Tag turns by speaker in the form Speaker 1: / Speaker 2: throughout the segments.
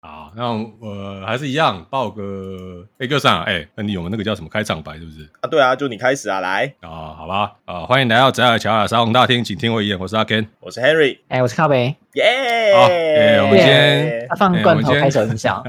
Speaker 1: 啊
Speaker 2: 那我还是一样报个哎哥上，哎，那你我们那个叫什么开场白是不是？
Speaker 1: 啊，对啊，就你开始啊，来，
Speaker 2: 啊，好吧，啊，欢迎来到宅尔乔亚沙龙大厅，请听我一言，我是阿 Ken。
Speaker 1: 我是 Henry，
Speaker 3: 哎、我是靠北，
Speaker 1: 耶、
Speaker 2: 好哎我
Speaker 3: 们今
Speaker 2: 天
Speaker 3: 他放
Speaker 2: 哎
Speaker 3: 罐
Speaker 2: 我
Speaker 3: 头
Speaker 2: 今天
Speaker 3: 开手音效，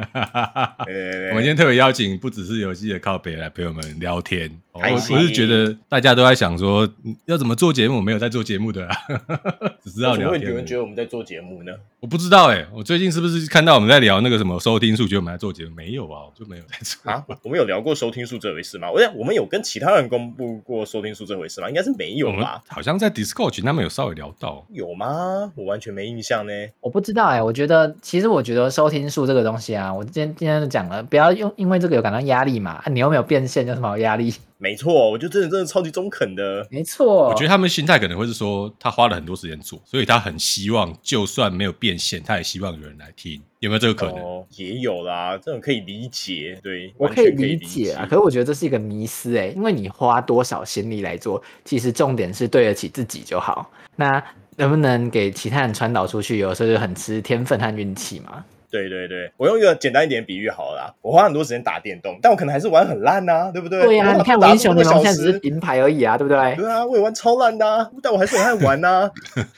Speaker 1: 对对对
Speaker 2: 我们今天特别邀请不只是游戏的靠北来陪我们聊天。我
Speaker 1: 开
Speaker 2: 我
Speaker 1: 心
Speaker 2: 是觉得大家都在想说嗯要怎么做节目，我没有在做节目的啦， 只知道
Speaker 1: 为什么
Speaker 2: 聊
Speaker 1: 会
Speaker 2: 天
Speaker 1: 有
Speaker 2: 而
Speaker 1: 人
Speaker 2: 已
Speaker 1: 觉。得我们在做节目呢？
Speaker 2: 我不知道哎、我最近是不是看到我们在聊那个什么收听数，觉得我们在做节目？没有啊，我就没有在做。
Speaker 1: 啊，我们有聊过收听数这回事吗？我想我们有跟其他人公布过收听数这回事吗？应该是没有
Speaker 2: 我们
Speaker 1: 吧？
Speaker 2: 好像在 Discord 群他们有稍微聊到，
Speaker 1: 有吗？我完全没印象呢。
Speaker 3: 我不知道哎、我觉得其实我觉得收听数这个东西啊，我今天今天就讲了，不要用因为这个有感到压力嘛，啊、你又没有变现，有什么好压力？
Speaker 1: 没错，我就真的真的超级中肯的。
Speaker 3: 没错，
Speaker 2: 我觉得他们心态可能会是说，他花了很多时间做，所以他很希望，就算没有变现，他也希望有人来听，有没有这个可能？
Speaker 1: 哦，也有啦，这种可以理解，对，
Speaker 3: 我
Speaker 1: 完
Speaker 3: 可以
Speaker 1: 全可以
Speaker 3: 理
Speaker 1: 理
Speaker 3: 解啊，可是我觉得这是一个迷思哎、因为你花多少心力来做，其实重点是对得起自己就好。那能不能给其他人传导出去，有时候就很吃天分和运气嘛。
Speaker 1: 对对对，我用一个简单一点的比喻好了啦，我花很多时间打电动，但我可能还是玩很烂呐、对不对？
Speaker 3: 对呀、
Speaker 1: 我
Speaker 3: 你看我
Speaker 1: 打
Speaker 3: 英雄联盟
Speaker 1: 多个
Speaker 3: 现
Speaker 1: 小
Speaker 3: 在只是
Speaker 1: 时，
Speaker 3: 银牌而已啊，对不对？
Speaker 1: 对啊，我也玩超烂的、啊，但我还是很爱玩呐、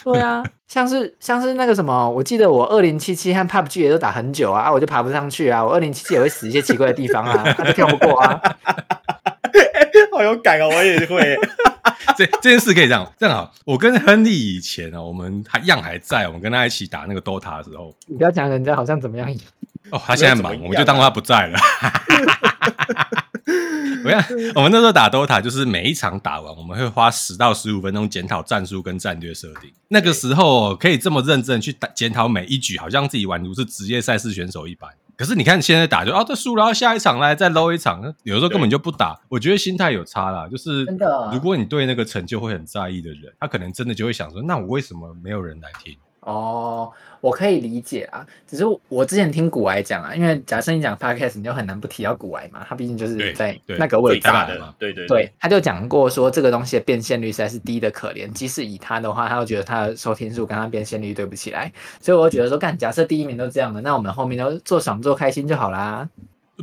Speaker 3: 对啊， 像是像是那个什么，我记得我二零七七和 PUBG 也都打很久啊，啊我就爬不上去啊，我二零七七也会死一些奇怪的地方啊，他就跳不过啊。
Speaker 1: 好有感啊！我也会，
Speaker 2: 这这件事可以这样，这样好。我跟亨利以前啊，我们还样还在，我们跟他一起打那个 DOTA 的时候，
Speaker 3: 你不要讲人家好像怎么样一样，
Speaker 2: 哦，他现在忙，
Speaker 1: 怎么样啊
Speaker 2: 我们就当他不在了。 我想，我们那时候打 DOTA 就是每一场打完，我们会花十到十五分钟检讨战术跟战略设定。那个时候哦可以这么认真去打检讨每一局，好像自己宛如是职业赛事选手一般。可是你看现在打就哦，这输了，然后下一场来再搂一场，有时候根本就不打。我觉得心态有差啦，就是
Speaker 3: 真
Speaker 1: 啊
Speaker 3: 的
Speaker 2: 如果你对那个成就会很在意的人，他可能真的就会想说，那我为什么没有人来听？
Speaker 3: 哦，我可以理解啊，只是我我之前听古埃讲啊，因为假设你讲 podcast，你就很难不提到古埃嘛，他毕竟就
Speaker 2: 对
Speaker 3: 是在
Speaker 2: 对
Speaker 3: 那个位
Speaker 1: 最
Speaker 3: 置
Speaker 2: 大
Speaker 1: 大
Speaker 2: 的
Speaker 1: 的，对对
Speaker 3: 对，他就讲过说这个东西的变现率实在是低的可怜，即使以他的话，他会觉得他的收听数跟他变现率对不起来，所以我就觉得说，干，假设第一名都这样了，那我们后面都做爽做开心就好啦。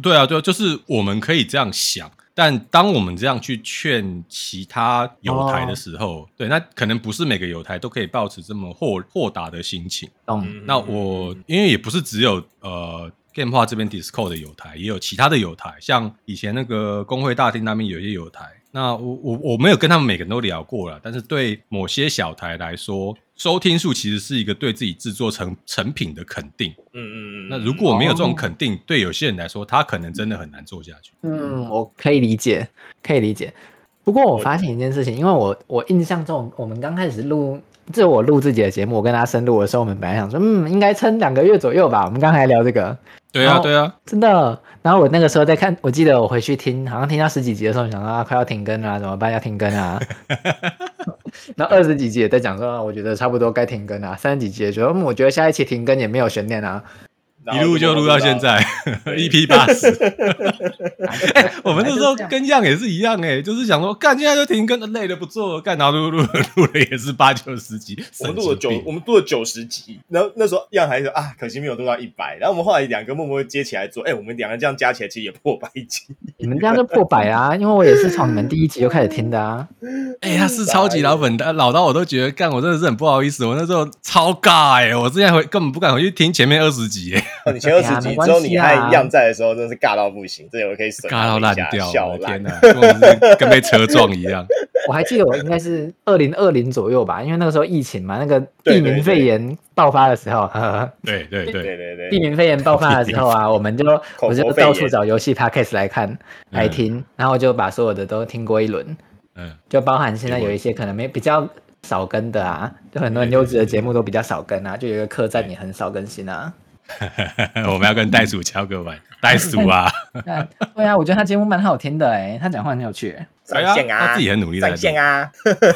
Speaker 2: 对啊，对啊，就是我们可以这样想，但当我们这样去劝其他友台的时候，对，那可能不是每个友台都可以保持这么豁豁达的心情。
Speaker 3: 懂、
Speaker 1: 嗯
Speaker 2: 那我因为也不是只有呃 Game 化这边 Discord 的友台，也有其他的友台，像以前那个工会大厅那边有一些友台。那我我我没有跟他们每个人都聊过了，但是对某些小台来说，收听数其实是一个对自己制作成成品的肯定。
Speaker 1: 嗯嗯嗯。
Speaker 2: 那如果没有这种肯定，对有些人来说，他可能真的很难做下去。
Speaker 3: 嗯，我可以理解，可以理解。不过我发现一件事情，因为我我印象中，我们刚开始录，这我录自己的节目，我跟阿生录的时候，我们本来想说，嗯，应该撑两个月左右吧。我们刚才聊这个，
Speaker 2: 对啊，
Speaker 3: 好
Speaker 2: 对啊，
Speaker 3: 真的。然后我那个时候在看，我记得我回去听，好像听到十几集的时候，想到啊，快要停更了、怎么办？要停更啊。然后二十几集也在讲说，啊我觉得差不多该停更了、三十几集也觉得，嗯，我觉得下一期停更也没有悬念啊。
Speaker 1: 然
Speaker 2: 一
Speaker 1: 后
Speaker 2: 路就录到现，在
Speaker 1: 对
Speaker 2: ，EP 八 十。
Speaker 3: 哎
Speaker 2: 我们那时候跟样也是一样哎、就是想说干，现在就停更，累了不做了，干，然后录录录录了也是八九十集，神
Speaker 1: 我们录了
Speaker 2: 经
Speaker 1: 九，我
Speaker 2: 病。
Speaker 1: 们录了九十集，然后那时候样还说啊，可惜没有录到一百。然后我们后来两个默默接起来做，哎，我们两个这样加起来其实也破百 集。
Speaker 3: 你们这样就破百啊，因为我也是从你们第一集就开始听的啊。
Speaker 2: 哎、他是超级老粉，他老到我都觉得干，我真的是很不好意思，我那时候超尬哎、我之前回根本不敢回去听前面二十集 哎、
Speaker 1: 哦你前二十
Speaker 3: 哎
Speaker 1: 集
Speaker 3: 呀没
Speaker 1: 之后，
Speaker 3: 关
Speaker 1: 你
Speaker 3: 系
Speaker 1: 和
Speaker 3: 啊
Speaker 1: 样在的时候，真的是尬到不行，这我可以省
Speaker 2: 尬到烂
Speaker 1: 一下
Speaker 2: 掉，
Speaker 1: 笑
Speaker 2: 我的天。
Speaker 1: 烂
Speaker 2: 哪、根本是跟被车撞一样。
Speaker 3: 我还记得我应该是二零二零左右吧，因为那个时候疫情嘛，那个
Speaker 1: 对对
Speaker 3: 地名
Speaker 1: 对
Speaker 3: 肺炎爆发的时候， 呵呵
Speaker 2: 对对对，
Speaker 1: 对对
Speaker 3: 地
Speaker 1: 对，
Speaker 3: 名肺炎爆发的时 候啊，我们就
Speaker 1: 口
Speaker 3: 我就
Speaker 1: 服肺炎嗯
Speaker 3: 到处找游戏 podcast 来看来听，然后我就把所有的都听过一轮，
Speaker 2: 嗯，
Speaker 3: 就包含现在有一些可能没比较少更的啊，就很多很优质的节目都比较少更啊，就有一个客栈也很少更 新啊。
Speaker 2: 我们要跟袋鼠敲个碗，袋鼠啊。
Speaker 3: 那对啊，我觉得他节目蛮好听的哎、他讲话很有趣欸、
Speaker 2: 哎
Speaker 1: 上
Speaker 2: 呀
Speaker 1: 线啊，
Speaker 2: 他自己很努力在
Speaker 1: 上线 啊，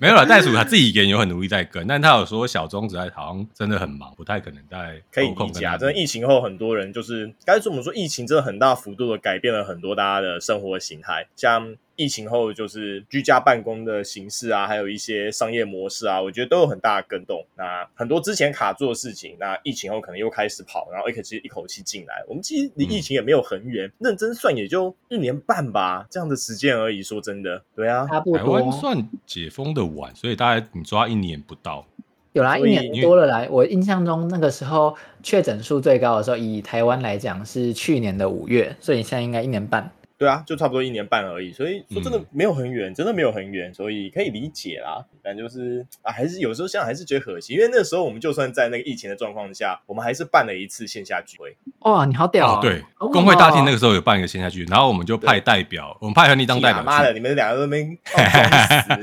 Speaker 2: 没有了，袋鼠他自己也有很努力在跟，但他有说小钟子好像真的很忙，不太可能在
Speaker 1: 可以
Speaker 2: 抽空
Speaker 1: 理
Speaker 2: 跟
Speaker 1: 解
Speaker 2: 他
Speaker 1: 啊。真的，疫情后很多人就是，该怎么说？疫情真的很大幅度的改变了很多大家的生活形态，像。疫情后就是居家办公的形式啊，还有一些商业模式啊，我觉得都有很大的跟动。那很多之前卡住的事情，那疫情后可能又开始跑，然后一口气一口气进来。我们其实离疫情也没有很远，认真算也就一年半吧，这样的时间而已。说真的，对啊，
Speaker 3: 差不
Speaker 2: 台湾
Speaker 3: 多
Speaker 2: 算解封的晚，所以大概你抓一年不到。
Speaker 3: 有啦，一
Speaker 1: 所以
Speaker 3: 年多了来。我印象中那个时候确诊数最高的时候，以台湾来讲是去年的五月，所以现在应该一年半。
Speaker 1: 对啊，就差不多一年半而已，所以说真的
Speaker 2: 嗯
Speaker 1: 没有很远，真的没有很远，所以可以理解啦。但就是啊，还是有时候现在还是觉得可惜，因为那时候我们就算在那个疫情的状况下，我们还是办了一次线下聚会，
Speaker 3: 哇，你好屌、
Speaker 2: 哦，
Speaker 3: 啊
Speaker 2: 对，
Speaker 3: 好猛
Speaker 2: 工会大厅
Speaker 3: 哦
Speaker 2: 那个时候有办一个线下剧，然后我们就派代表，我们派和你当代表
Speaker 1: 啊妈的，
Speaker 2: 去。
Speaker 1: 你们两个都没哦 装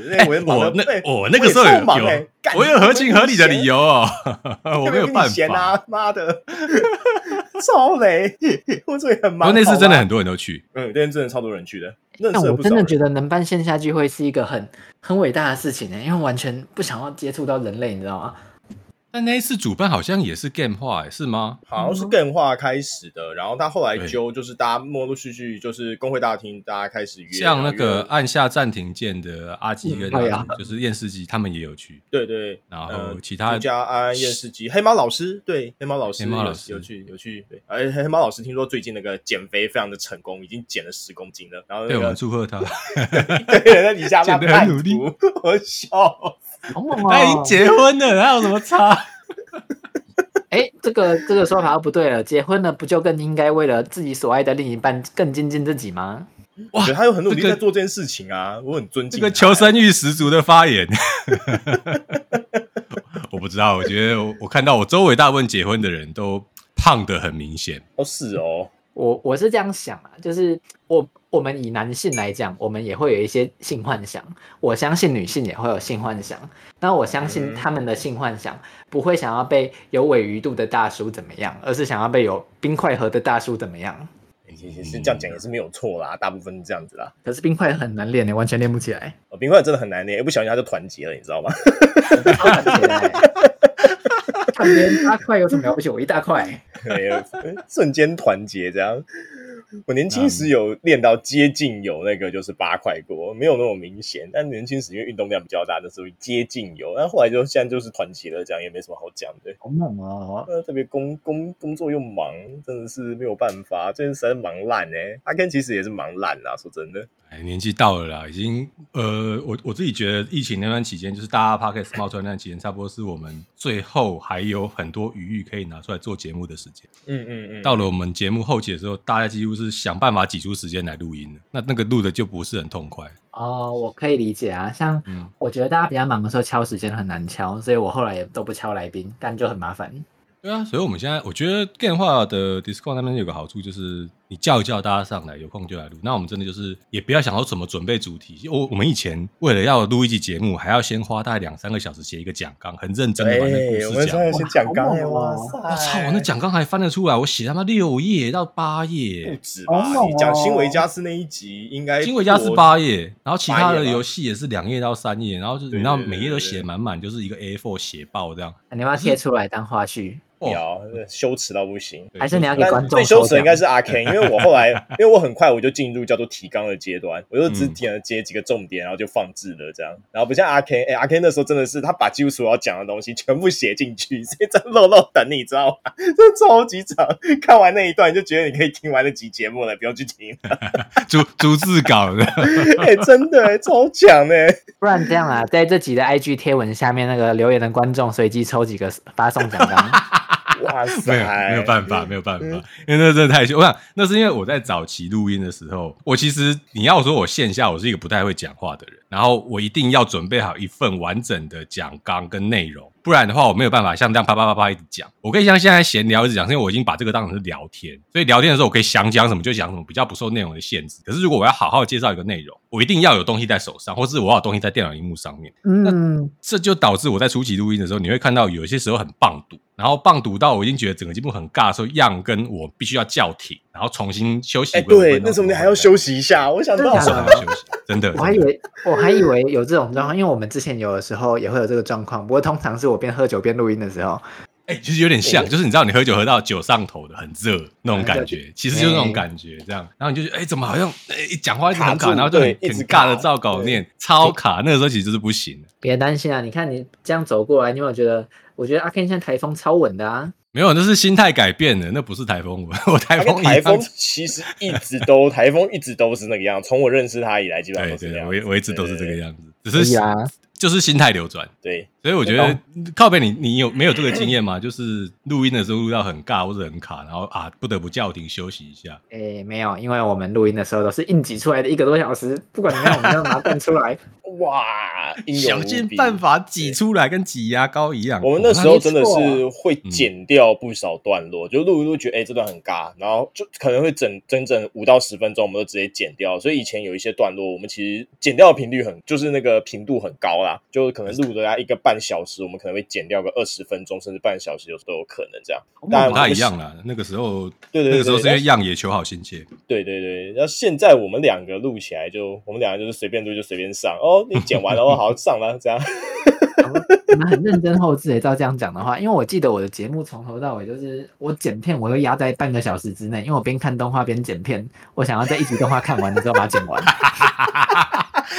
Speaker 1: 死，那我也忙
Speaker 2: 我
Speaker 1: 得
Speaker 2: 那哦
Speaker 1: 对
Speaker 2: 我那个时候
Speaker 1: 也超忙
Speaker 2: 有
Speaker 1: 欸
Speaker 2: 有，
Speaker 1: 干
Speaker 2: 我有合情合理的理由哦， 我没有办
Speaker 1: 跟你闲
Speaker 2: 法。
Speaker 1: 啊，妈的， 超雷，我这也很
Speaker 2: 然
Speaker 1: 忙。
Speaker 2: 后哦那次真的很
Speaker 1: 好吧，
Speaker 2: 多人都去，
Speaker 1: 嗯，那次真的超多人去的，认
Speaker 3: 但
Speaker 1: 识了
Speaker 3: 我
Speaker 1: 不少
Speaker 3: 真的
Speaker 1: 人。
Speaker 3: 觉得能办线下聚会是一个很很伟大的事情呢、欸因为完全不想要接触到人类，你知道吗？
Speaker 2: 但那一次主办好像也是 game 化，欸是吗？
Speaker 1: 好像是更化开始的，然后他后来揪，就是大家陆陆续续就是工会大厅，大家开始约，
Speaker 2: 像那
Speaker 1: 然后
Speaker 2: 个
Speaker 1: 约
Speaker 2: 按下暂停键的阿吉跟
Speaker 3: 嗯哎
Speaker 2: 阿
Speaker 3: 呀
Speaker 2: 吉，就是验尸机，他们也有去。
Speaker 1: 对对，
Speaker 2: 然
Speaker 1: 呃
Speaker 2: 后其他
Speaker 1: 朱家安、验尸机、黑猫老师，对黑猫老师，
Speaker 2: 黑猫老师
Speaker 1: 有有去有去，对，而黑猫老师听说最近那个减肥非常的成功，已经减了十公斤了，然后
Speaker 2: 对
Speaker 1: 那
Speaker 2: 我们
Speaker 1: 个
Speaker 2: 祝贺他，
Speaker 1: 对，那底下
Speaker 2: 减
Speaker 1: 他
Speaker 2: 得很努力，
Speaker 1: 我笑，
Speaker 3: 好猛
Speaker 2: 他已
Speaker 3: 哦
Speaker 2: 经！哎结婚了，还有什么差？
Speaker 3: 哎，这个这个说法又不对了，结婚了不就更应该为了自己所爱的另一半更精进自己吗？
Speaker 2: 哇
Speaker 1: 对他有很努力
Speaker 2: 这个
Speaker 1: 在做这件事情啊，我很 尊
Speaker 2: 这
Speaker 1: 敬
Speaker 2: 个
Speaker 1: 他
Speaker 2: 求生欲十足的发言， 我不知道，我觉得我我看到我周围大部分结婚的人都胖的很明显，
Speaker 1: 哦是哦，
Speaker 3: 我我是这样想啊，就是我我们以男性来讲，我们也会有一些性幻想，我相信女性也会有性幻想，那我相信
Speaker 1: 嗯
Speaker 3: 他们的性幻想不会想要被有尾鱼肚的大叔怎么样，而是想要被有冰块盒的大叔怎么样。
Speaker 1: 其实是这样
Speaker 2: 嗯
Speaker 1: 讲也是没有错啦，大部分是这样子啦，
Speaker 3: 可是冰块很难练欸的，完全练不起来。
Speaker 1: 哦冰块真的很难练，一不小心他就团结了，你知道吗？
Speaker 3: 超难切的 欸看别人八块有什么了不起？我一大块。欸
Speaker 1: 没有，瞬间团结这样。我年轻时有练到接近有那个就是八块过，没有那么明显。但年轻时因为运动量比较大，那时候接近有，但后来就现在就是团结了，这样也没什么好讲的。
Speaker 3: 好猛哦！
Speaker 1: 呃，特别工工工作又忙，真的是没有办法，最近实在是忙烂哎、阿根其实也是忙烂啦，说真的，
Speaker 2: 哎，年纪到了啦，已经呃，我我自己觉得疫情那段期间，就是大家 podcast 冒出来那段期间，差不多是我们最后还有很多余裕可以拿出来做节目的时间。
Speaker 1: 嗯嗯嗯，
Speaker 2: 到了我们节目后期的时候，大家几乎是想办法挤出时间来录音的，那那个录的就不是很痛快。
Speaker 3: 哦，我可以理解啊。像
Speaker 2: 嗯，
Speaker 3: 我觉得大家比较忙的时候，敲时间很难敲，所以我后来也都不敲来宾，但就很麻烦。
Speaker 2: 对啊，所以我们现在我觉得电话的 Discord 那边有个好处就是，你叫一叫大家上来，有空就来录。那我们真的就是也不要想要怎么准备主题。我我们以前为了要录一集节目，还要先花大概两三个小时写一个讲纲，很认真的把那
Speaker 1: 哎，
Speaker 2: 个故
Speaker 1: 我
Speaker 2: 事讲
Speaker 1: 们才
Speaker 2: 完
Speaker 1: 有。些讲纲哎，
Speaker 3: 哇
Speaker 1: 哇
Speaker 3: 好
Speaker 1: 塞！
Speaker 2: 我操！我那讲纲还翻得出来，我写他妈六页到八
Speaker 1: 不
Speaker 2: 页，
Speaker 1: 止
Speaker 3: 好
Speaker 1: 吧？
Speaker 3: 猛
Speaker 1: 你讲
Speaker 3: 哦
Speaker 1: 新维加斯那一集应该
Speaker 2: 金维加是
Speaker 1: 过
Speaker 2: 八页，然后其他
Speaker 1: 哎八
Speaker 2: 的
Speaker 1: 页吧
Speaker 2: 游戏也是两页到三页，然后就是你
Speaker 1: 对
Speaker 2: 知道
Speaker 1: 对对
Speaker 2: 每页都
Speaker 1: 对
Speaker 2: 写
Speaker 1: 对
Speaker 2: 满满，就是一个 A4 写爆这样。
Speaker 3: 你要不要贴出来当花絮？
Speaker 1: 不要，
Speaker 2: 哦
Speaker 1: 羞耻到不行。
Speaker 2: 对
Speaker 3: 还是你要给
Speaker 1: 但
Speaker 3: 观众
Speaker 1: 最羞
Speaker 3: 抽
Speaker 1: 耻的
Speaker 3: 奖
Speaker 1: 应？该是阿 Ken，因为我后来，因为我很快我就进入叫做提纲的阶段，我就只点了接几个重点，然后就放置了这样。然后不像阿 Ken，哎、阿 Ken 那时候真的是他把几乎所有要讲的东西全部写进去， 所以在漏漏等你知道吗？真的超级长，看完那一段你就觉得你可以听完那集节目了，不用去听。
Speaker 2: 逐逐字稿的。
Speaker 1: 哎、真的、哎超强的、哎
Speaker 3: 不然这样啊，在这集的 IG 贴文下面那个留言的观众随机抽几个发送奖 章。
Speaker 1: 哇
Speaker 2: 没
Speaker 1: 塞，
Speaker 2: 有没有办法，没
Speaker 1: 有。
Speaker 2: 有办法，
Speaker 1: 嗯
Speaker 2: 因为那真的太羞。我想那是因为我在早期录音的时候，我其实你要说我线下我是一个不太会讲话的人，然后我一定要准备好一份完整的讲纲跟内容，不然的话我没有办法像这样啪啪啪啪一直讲。我可以像现在闲聊一直讲，是因哎为我已经把这个当成是聊天，所以聊天的时候我可以想讲什么就讲什么，比较不受内容的限制。可是如果我要好好介绍一个内容，我一定要有东西在手上，或是我要有东西在电脑荧幕上面。
Speaker 3: 嗯，
Speaker 2: 这就导致我在初期录音的时候，你会看到有些时候很棒读，然后棒读到我已经觉得整个节目很尬的时候，样跟我必须要叫停，然后重新休息
Speaker 1: 哎、
Speaker 2: 五分钟。
Speaker 1: 对，那时候你还要休
Speaker 2: 息，
Speaker 1: 息一啊下，我想
Speaker 3: 真
Speaker 1: 到
Speaker 3: 的
Speaker 2: 那
Speaker 3: 假
Speaker 2: 时
Speaker 3: 的
Speaker 2: 候还要休息，真 的。
Speaker 3: 我还以
Speaker 2: 真的
Speaker 3: 为我还以为有这种状况，因为我们之前有的时候也会有这个状况，不过通常是我边喝酒边录音的时候，
Speaker 2: 哎、其实有点像，就是你知道你喝酒喝到酒上头的，很热那种感觉，其实就是那种感觉，这样，然后你就觉得，哎、怎么好像，哎、一讲话一直很
Speaker 1: 卡
Speaker 2: 卡，
Speaker 1: 住
Speaker 2: 然后就很
Speaker 1: 对
Speaker 2: 很
Speaker 1: 一直
Speaker 2: 尬的
Speaker 1: 卡
Speaker 2: 照稿
Speaker 1: 对
Speaker 2: 念，超卡，那个时候其实就是不行的。
Speaker 3: 别担心啊，你看你这样走过来，你有没有觉得？我觉得阿 Ken 现在台风超稳的啊，
Speaker 2: 没有，那是心态改变了，那不是台风，我台
Speaker 1: 他跟
Speaker 2: 风一
Speaker 1: 台
Speaker 2: 样
Speaker 1: 风其实一直都台风一直都是那个样，从我认识他以来，基本
Speaker 2: 对
Speaker 1: 上都是那
Speaker 2: 对，
Speaker 1: 样哎
Speaker 2: 我。也我一直都是这个样子，只
Speaker 3: 可以
Speaker 2: 是
Speaker 3: 啊，
Speaker 2: 就是心态流转。
Speaker 1: 对，
Speaker 2: 所以我觉得靠背你你有没有这个经验吗？就是录音的时候录到很尬或者很卡，然后啊不得不叫停休息一下。
Speaker 3: 诶、没有，因为我们录音的时候都是硬挤出来的一个多小时，不管怎么样，我们都要拿蛋出来。
Speaker 1: 哇，英勇
Speaker 2: 想
Speaker 1: 无
Speaker 2: 尽
Speaker 1: 比
Speaker 2: 办法挤出来，跟挤牙膏一样。
Speaker 1: 我们
Speaker 2: 哦
Speaker 1: 那时候真的
Speaker 3: 那
Speaker 1: 是会
Speaker 2: 嗯
Speaker 1: 剪掉不少段落，就录一录觉得哎、这段很尬，然后就可能会整整整五到十分钟，我们都直接剪掉。所以以前有一些段落，我们其实剪掉的频率很，就是那个频度很高啦，就可能录大家一个半小时，我们可能会剪掉个二十分钟，甚至半小时有时候都有可能这样。当然
Speaker 2: 哦不太一
Speaker 1: 我
Speaker 2: 样
Speaker 1: 们
Speaker 2: 了。那个时候，
Speaker 1: 对对对
Speaker 2: 那个时候是因
Speaker 1: 但
Speaker 2: 为
Speaker 1: 是
Speaker 2: 样也求好心切，
Speaker 1: 对对对，然后现在我们两个录起来就，我们两个就是随便录就随便上哦，你剪完了哦，好上了这样。
Speaker 3: 你们很认真后置诶，欸照这样讲的话，因为我记得我的节目从头到尾就是我剪片，我会压在半个小时之内，因为我边看动画边剪片，我想要在一集动画看完了之后把它剪完。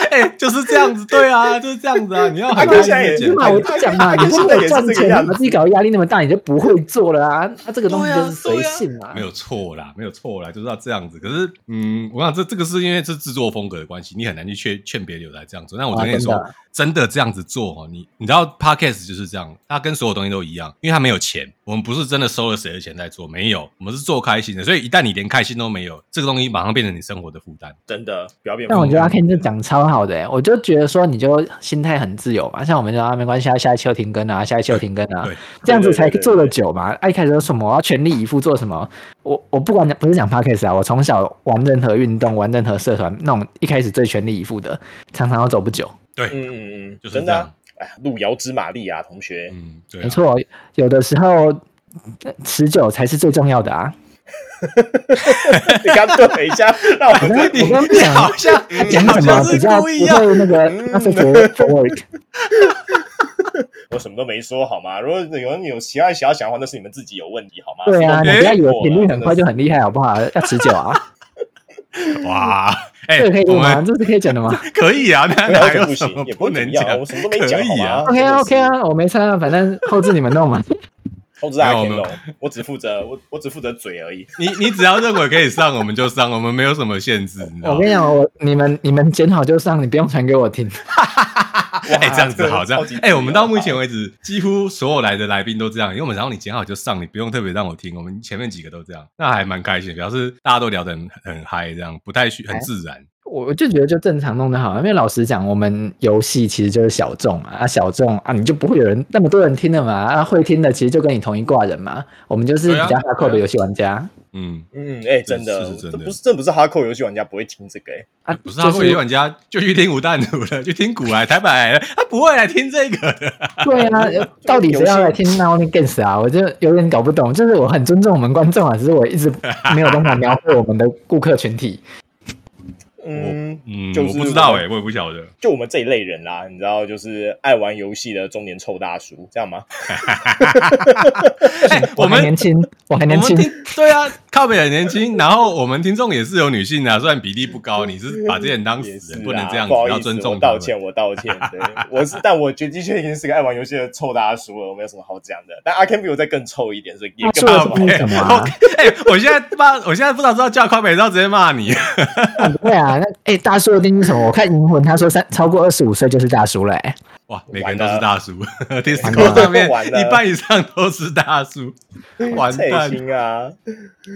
Speaker 2: 哎，就是这样子，对啊，就是这样子啊。你要
Speaker 1: 阿
Speaker 2: 很
Speaker 1: 哥
Speaker 2: 开心的
Speaker 1: 现在 也
Speaker 2: 剪
Speaker 3: 对嘛，
Speaker 2: 片
Speaker 3: 我就讲嘛，
Speaker 1: 他
Speaker 3: 你如
Speaker 1: 现在也
Speaker 3: 果
Speaker 1: 是
Speaker 3: 赚
Speaker 1: 这个
Speaker 3: 钱，
Speaker 1: 样
Speaker 3: 你把自己搞得压力那么大，你就不会做了啊。那、这个东西就是随性啊。
Speaker 2: 没有错啦，没有错啦，就是要这样子。可是，嗯，我想这这个是因为是制作风格的关系，你很难去劝劝别人来这样做。但我昨天也说，
Speaker 3: 啊
Speaker 2: 真的这样子做哦，你你知道，podcast 就是这样，它跟所有东西都一样，因为它没有钱，我们不是真的收了谁的钱在做，没有，我们是做开心的。所以一旦你连开心都没有，这个东西马上变成你生活的负担。
Speaker 1: 真的不要变
Speaker 3: 但我觉得阿
Speaker 1: 疯
Speaker 3: Ken 这讲超好的、欸，我就觉得说你就心态很自由嘛，像我们就啊没关系啊，下一期又停更啊，下一期又停更啊
Speaker 2: 对，
Speaker 3: 这样子才
Speaker 1: 对对对对
Speaker 3: 做得久嘛。啊一开始说什么我要全力以赴做什么，我我不管不是讲 podcast 啊，我从小玩任何运动、玩任何社团那种一开始最全力以赴的，常常都走不久。
Speaker 2: 对，
Speaker 1: 嗯嗯嗯，
Speaker 2: 就是
Speaker 1: 真
Speaker 2: 这
Speaker 1: 的、
Speaker 2: 样
Speaker 1: 啊。哎呀，路遥知马力啊，同学。
Speaker 2: 嗯，对、啊，
Speaker 3: 没。错，有的时候呃持久才是最重要的啊。
Speaker 1: 你刚顿了一下，让 我们
Speaker 3: 我刚
Speaker 2: 你
Speaker 3: 讲
Speaker 2: 好像你
Speaker 3: 讲
Speaker 2: 好
Speaker 3: 什么
Speaker 2: 像
Speaker 3: 比
Speaker 2: 是
Speaker 3: 较不
Speaker 2: 故意要
Speaker 3: 会那个 after for work，
Speaker 1: 我什么都没说好吗？如果有人有其他想要讲的话，那是你们自己有问题好吗？
Speaker 3: 对啊，
Speaker 1: 是
Speaker 3: 你
Speaker 1: 我
Speaker 3: 不要以为
Speaker 1: 过了
Speaker 3: 频率很快就
Speaker 1: 真的
Speaker 3: 很厉害好不好？要持久啊。
Speaker 2: 哇，哎、
Speaker 3: 这个可以
Speaker 2: 我
Speaker 3: 录吗？
Speaker 2: 们
Speaker 3: 这是可以讲 的吗
Speaker 2: 可以啊，那
Speaker 1: 是没
Speaker 2: 哪
Speaker 1: 哎有就
Speaker 2: 有
Speaker 1: 不
Speaker 2: 什么
Speaker 1: 行，也
Speaker 2: 不
Speaker 1: 会怎
Speaker 2: 能
Speaker 1: 么
Speaker 2: 讲
Speaker 1: 样，？我什么都没讲
Speaker 2: 可
Speaker 1: 好
Speaker 2: 以啊
Speaker 1: 吗
Speaker 3: ？OK 啊，OK，啊，我没差啊，反正后置你们弄 嘛。
Speaker 1: 真的是通知阿
Speaker 2: 没有
Speaker 1: Ken
Speaker 2: 没有
Speaker 1: 弄，我只负责我我只负责嘴而已。
Speaker 2: 你你只要认为可以上，我们就上，我们没有什么限制，你知道
Speaker 3: 我
Speaker 2: 吗
Speaker 3: 跟？你讲，我你们你们剪好就上，你不用传给我听。
Speaker 2: 哎、这样子好，这样
Speaker 1: 超级自由啊
Speaker 2: 哎、我们到目前为止几乎所有来的来宾都这样，因为我们然后你剪好就上，你不用特别让我听，我们前面几个都这样，那还蛮开心的，表示大家都聊得很很嗨，这样不太需很自然。
Speaker 3: 我我就觉得就正常弄就好，因为老实讲，我们游戏其实就是小众嘛，啊小众啊，你就不会有人那么多人听的嘛，啊会听的其实就跟你同一挂人嘛，我们就是比较
Speaker 2: 对啊对
Speaker 3: hardcore 的
Speaker 2: 啊
Speaker 3: 游戏玩家
Speaker 2: 嗯，
Speaker 1: 嗯，哎，真的，
Speaker 2: 是是真的
Speaker 1: 这不是这不是哈扣游戏玩家不会听这个哎。
Speaker 3: 啊，
Speaker 2: 不是他
Speaker 3: 就
Speaker 2: 会有玩家就去听吴淡如了，去 听古来台北来了，他不会来听这个的。
Speaker 3: 对啊，呃到底谁要 来听 Now n Games 啊？我就有点搞不懂，就是我很尊重我们观众啊，只是我一直没有办法描绘我们的顾客群体。
Speaker 1: 嗯，
Speaker 2: 嗯，
Speaker 1: 就是
Speaker 2: 我不知道
Speaker 1: 我
Speaker 2: 哎、我也不晓得。
Speaker 1: 就我们这一类人啦，你知道，就是爱玩游戏的中年臭大叔，这样吗？
Speaker 2: 哎、
Speaker 3: 我
Speaker 2: 我
Speaker 3: 还
Speaker 2: 们
Speaker 3: 年轻，我还
Speaker 2: 我
Speaker 3: 年
Speaker 2: 们
Speaker 3: 轻。
Speaker 2: 听对啊，靠北很年轻，然后 我们听众也是有女性的、啊，虽然比例不高，你是把这些人当
Speaker 1: 也
Speaker 2: 死
Speaker 1: 是
Speaker 2: 人，
Speaker 1: 啊
Speaker 2: 不能这样子
Speaker 1: 不，好意
Speaker 2: 要
Speaker 1: 思，
Speaker 2: 尊重
Speaker 1: 我
Speaker 2: 他们
Speaker 1: 道歉，我道歉。对，我是，但我觉的确已经是个爱玩游戏的臭大叔了，我没有什么好讲的。但阿 Ken 比我再更臭一点，所以也
Speaker 3: 他
Speaker 1: 更
Speaker 3: 说
Speaker 1: 没
Speaker 3: 的
Speaker 2: 靠
Speaker 1: 有什么
Speaker 3: 是
Speaker 2: 北
Speaker 1: 好
Speaker 3: 不是什
Speaker 1: 讲。
Speaker 3: 么
Speaker 2: 我哎、
Speaker 3: 啊？
Speaker 2: 我现在骂，我现在不知道知道叫靠北，然后直接骂 你。
Speaker 3: 不会啊，那哎、大叔的定义是什么？我看银魂他说三超过二十五岁就是大叔了、欸，
Speaker 2: 哇，每个人都是大叔
Speaker 3: 完
Speaker 2: ，Discord
Speaker 3: 了
Speaker 2: 上面
Speaker 1: 完了
Speaker 2: 一半以上都是大 叔，完蛋。
Speaker 1: 心啊！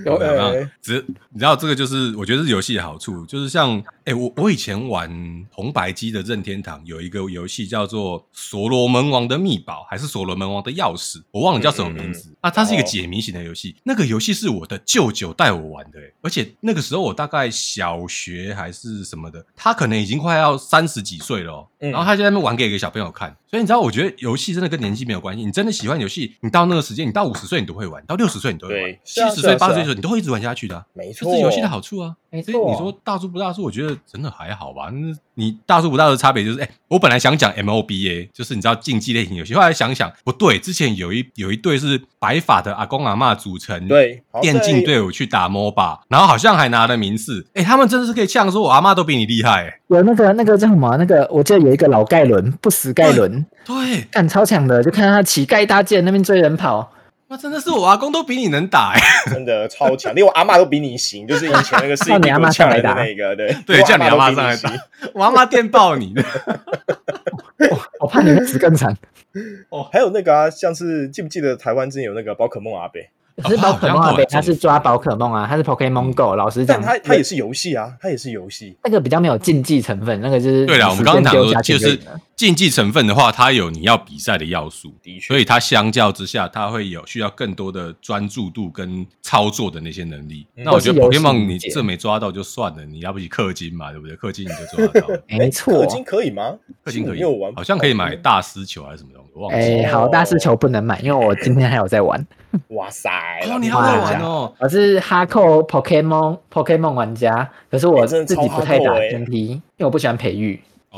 Speaker 2: 有没有
Speaker 1: 对？
Speaker 2: 只你知道这个就是我觉得是游戏的好处，就是像哎、我我以前玩红白机的任天堂有一个游戏叫做《所罗门王的秘宝》还是《所罗门王的钥匙》，我忘了叫什么名字、啊。它是一个解谜型的游戏，那个游戏是我的舅舅带我玩的、哎而且那个时候我大概小学还是什么的，他可能已经快要三十几岁了、哦，
Speaker 1: 嗯
Speaker 2: 然后他就在那边玩给一个小朋友看，所以所以你知道，我觉得游戏真的跟年纪没有关系。你真的喜欢游戏，你到那个时间，你到五十岁你都会玩，到六十岁你都会玩
Speaker 1: 对，
Speaker 2: 七
Speaker 1: 是啊
Speaker 2: 十
Speaker 1: 是啊
Speaker 2: 岁、八十
Speaker 1: 是
Speaker 2: 岁的
Speaker 1: 啊
Speaker 2: 时候你都会一直玩下去的啊、
Speaker 1: 没错，
Speaker 2: 这是游戏的好处啊。
Speaker 3: 没
Speaker 2: 所以你说大叔不大叔，我觉得真的还好吧。那你大叔不大叔的差别就是，哎、我本来想讲 MOBA，就是你知道竞技类型游戏，后来想想不对，之前有一有一队是白发的阿公阿嬷组成，
Speaker 1: 对，好
Speaker 2: 电竞
Speaker 1: 在
Speaker 2: 队伍去打 MOBA，然后好像还拿了名次。哎、他们真的是可以呛说，我阿嬷都比你厉害、欸。
Speaker 3: 有那个那个叫什么啊？那个我记得有一个老盖伦，不死盖伦，
Speaker 2: 啊对，
Speaker 3: 干超强的，就看到他乞丐搭建那边追人跑，
Speaker 2: 那真的是我阿公都比你能打、欸。
Speaker 1: 真的超强，连我阿嬷都比你行，就是以前 那个世
Speaker 3: 叫
Speaker 1: 界
Speaker 3: 你
Speaker 1: 帝
Speaker 3: 阿
Speaker 1: 国
Speaker 3: 嬷
Speaker 1: 呛
Speaker 3: 上来
Speaker 1: 人的
Speaker 3: 打
Speaker 1: 那个，对
Speaker 2: 对，叫你阿
Speaker 1: 妈
Speaker 2: 妈上来打， 我阿妈电爆你。
Speaker 3: 我怕你会死更 惨。
Speaker 1: 哦，还有那个啊，像是记不记得台湾之前有那个宝可梦阿贝，
Speaker 3: 可是宝可梦
Speaker 2: 好像嗯
Speaker 3: 啊，对，
Speaker 2: 有
Speaker 3: 他是抓宝可梦啊，他是 Pokemon Go。老实
Speaker 1: 但
Speaker 3: 讲，
Speaker 1: 它它也是游戏啊，它也是游戏。
Speaker 3: 那个比较没有竞技成分，那个就是
Speaker 2: 对了，我们刚刚讲
Speaker 3: 丢
Speaker 2: 说
Speaker 3: 下，去
Speaker 2: 就
Speaker 3: 而已
Speaker 2: 是
Speaker 3: 了
Speaker 2: 竞技成分的话，它有你要比赛的要素，
Speaker 1: 的确
Speaker 2: 所以它相较之下，它会有需要更多的专注度跟操作的那些能力。
Speaker 1: 嗯
Speaker 2: 那我觉得
Speaker 3: 或是游戏
Speaker 2: Pokemon 你
Speaker 3: 理解
Speaker 2: 这没抓到就算了，你要不起氪金嘛，对不对？氪金你就抓得到了，
Speaker 3: 没错
Speaker 2: 哎
Speaker 1: 氪。金可以吗？
Speaker 2: 氪金可
Speaker 1: 因
Speaker 2: 以
Speaker 1: 为我玩，
Speaker 2: 好像可以买。大师球还是什么东西，我忘记了。
Speaker 3: 哎，好，大师球不能买，因为我今天还有在玩，
Speaker 1: 哇塞！啊
Speaker 2: 哦，你还在玩哦？
Speaker 3: 我是哈扣 Pokemon Pokemon 玩家，可是
Speaker 1: 哎
Speaker 3: 我
Speaker 1: 真
Speaker 3: 自
Speaker 1: 的超
Speaker 3: 己不太
Speaker 1: hardcore
Speaker 3: 打
Speaker 1: 哎
Speaker 3: PVP，因为我不喜欢培育。
Speaker 2: 哦，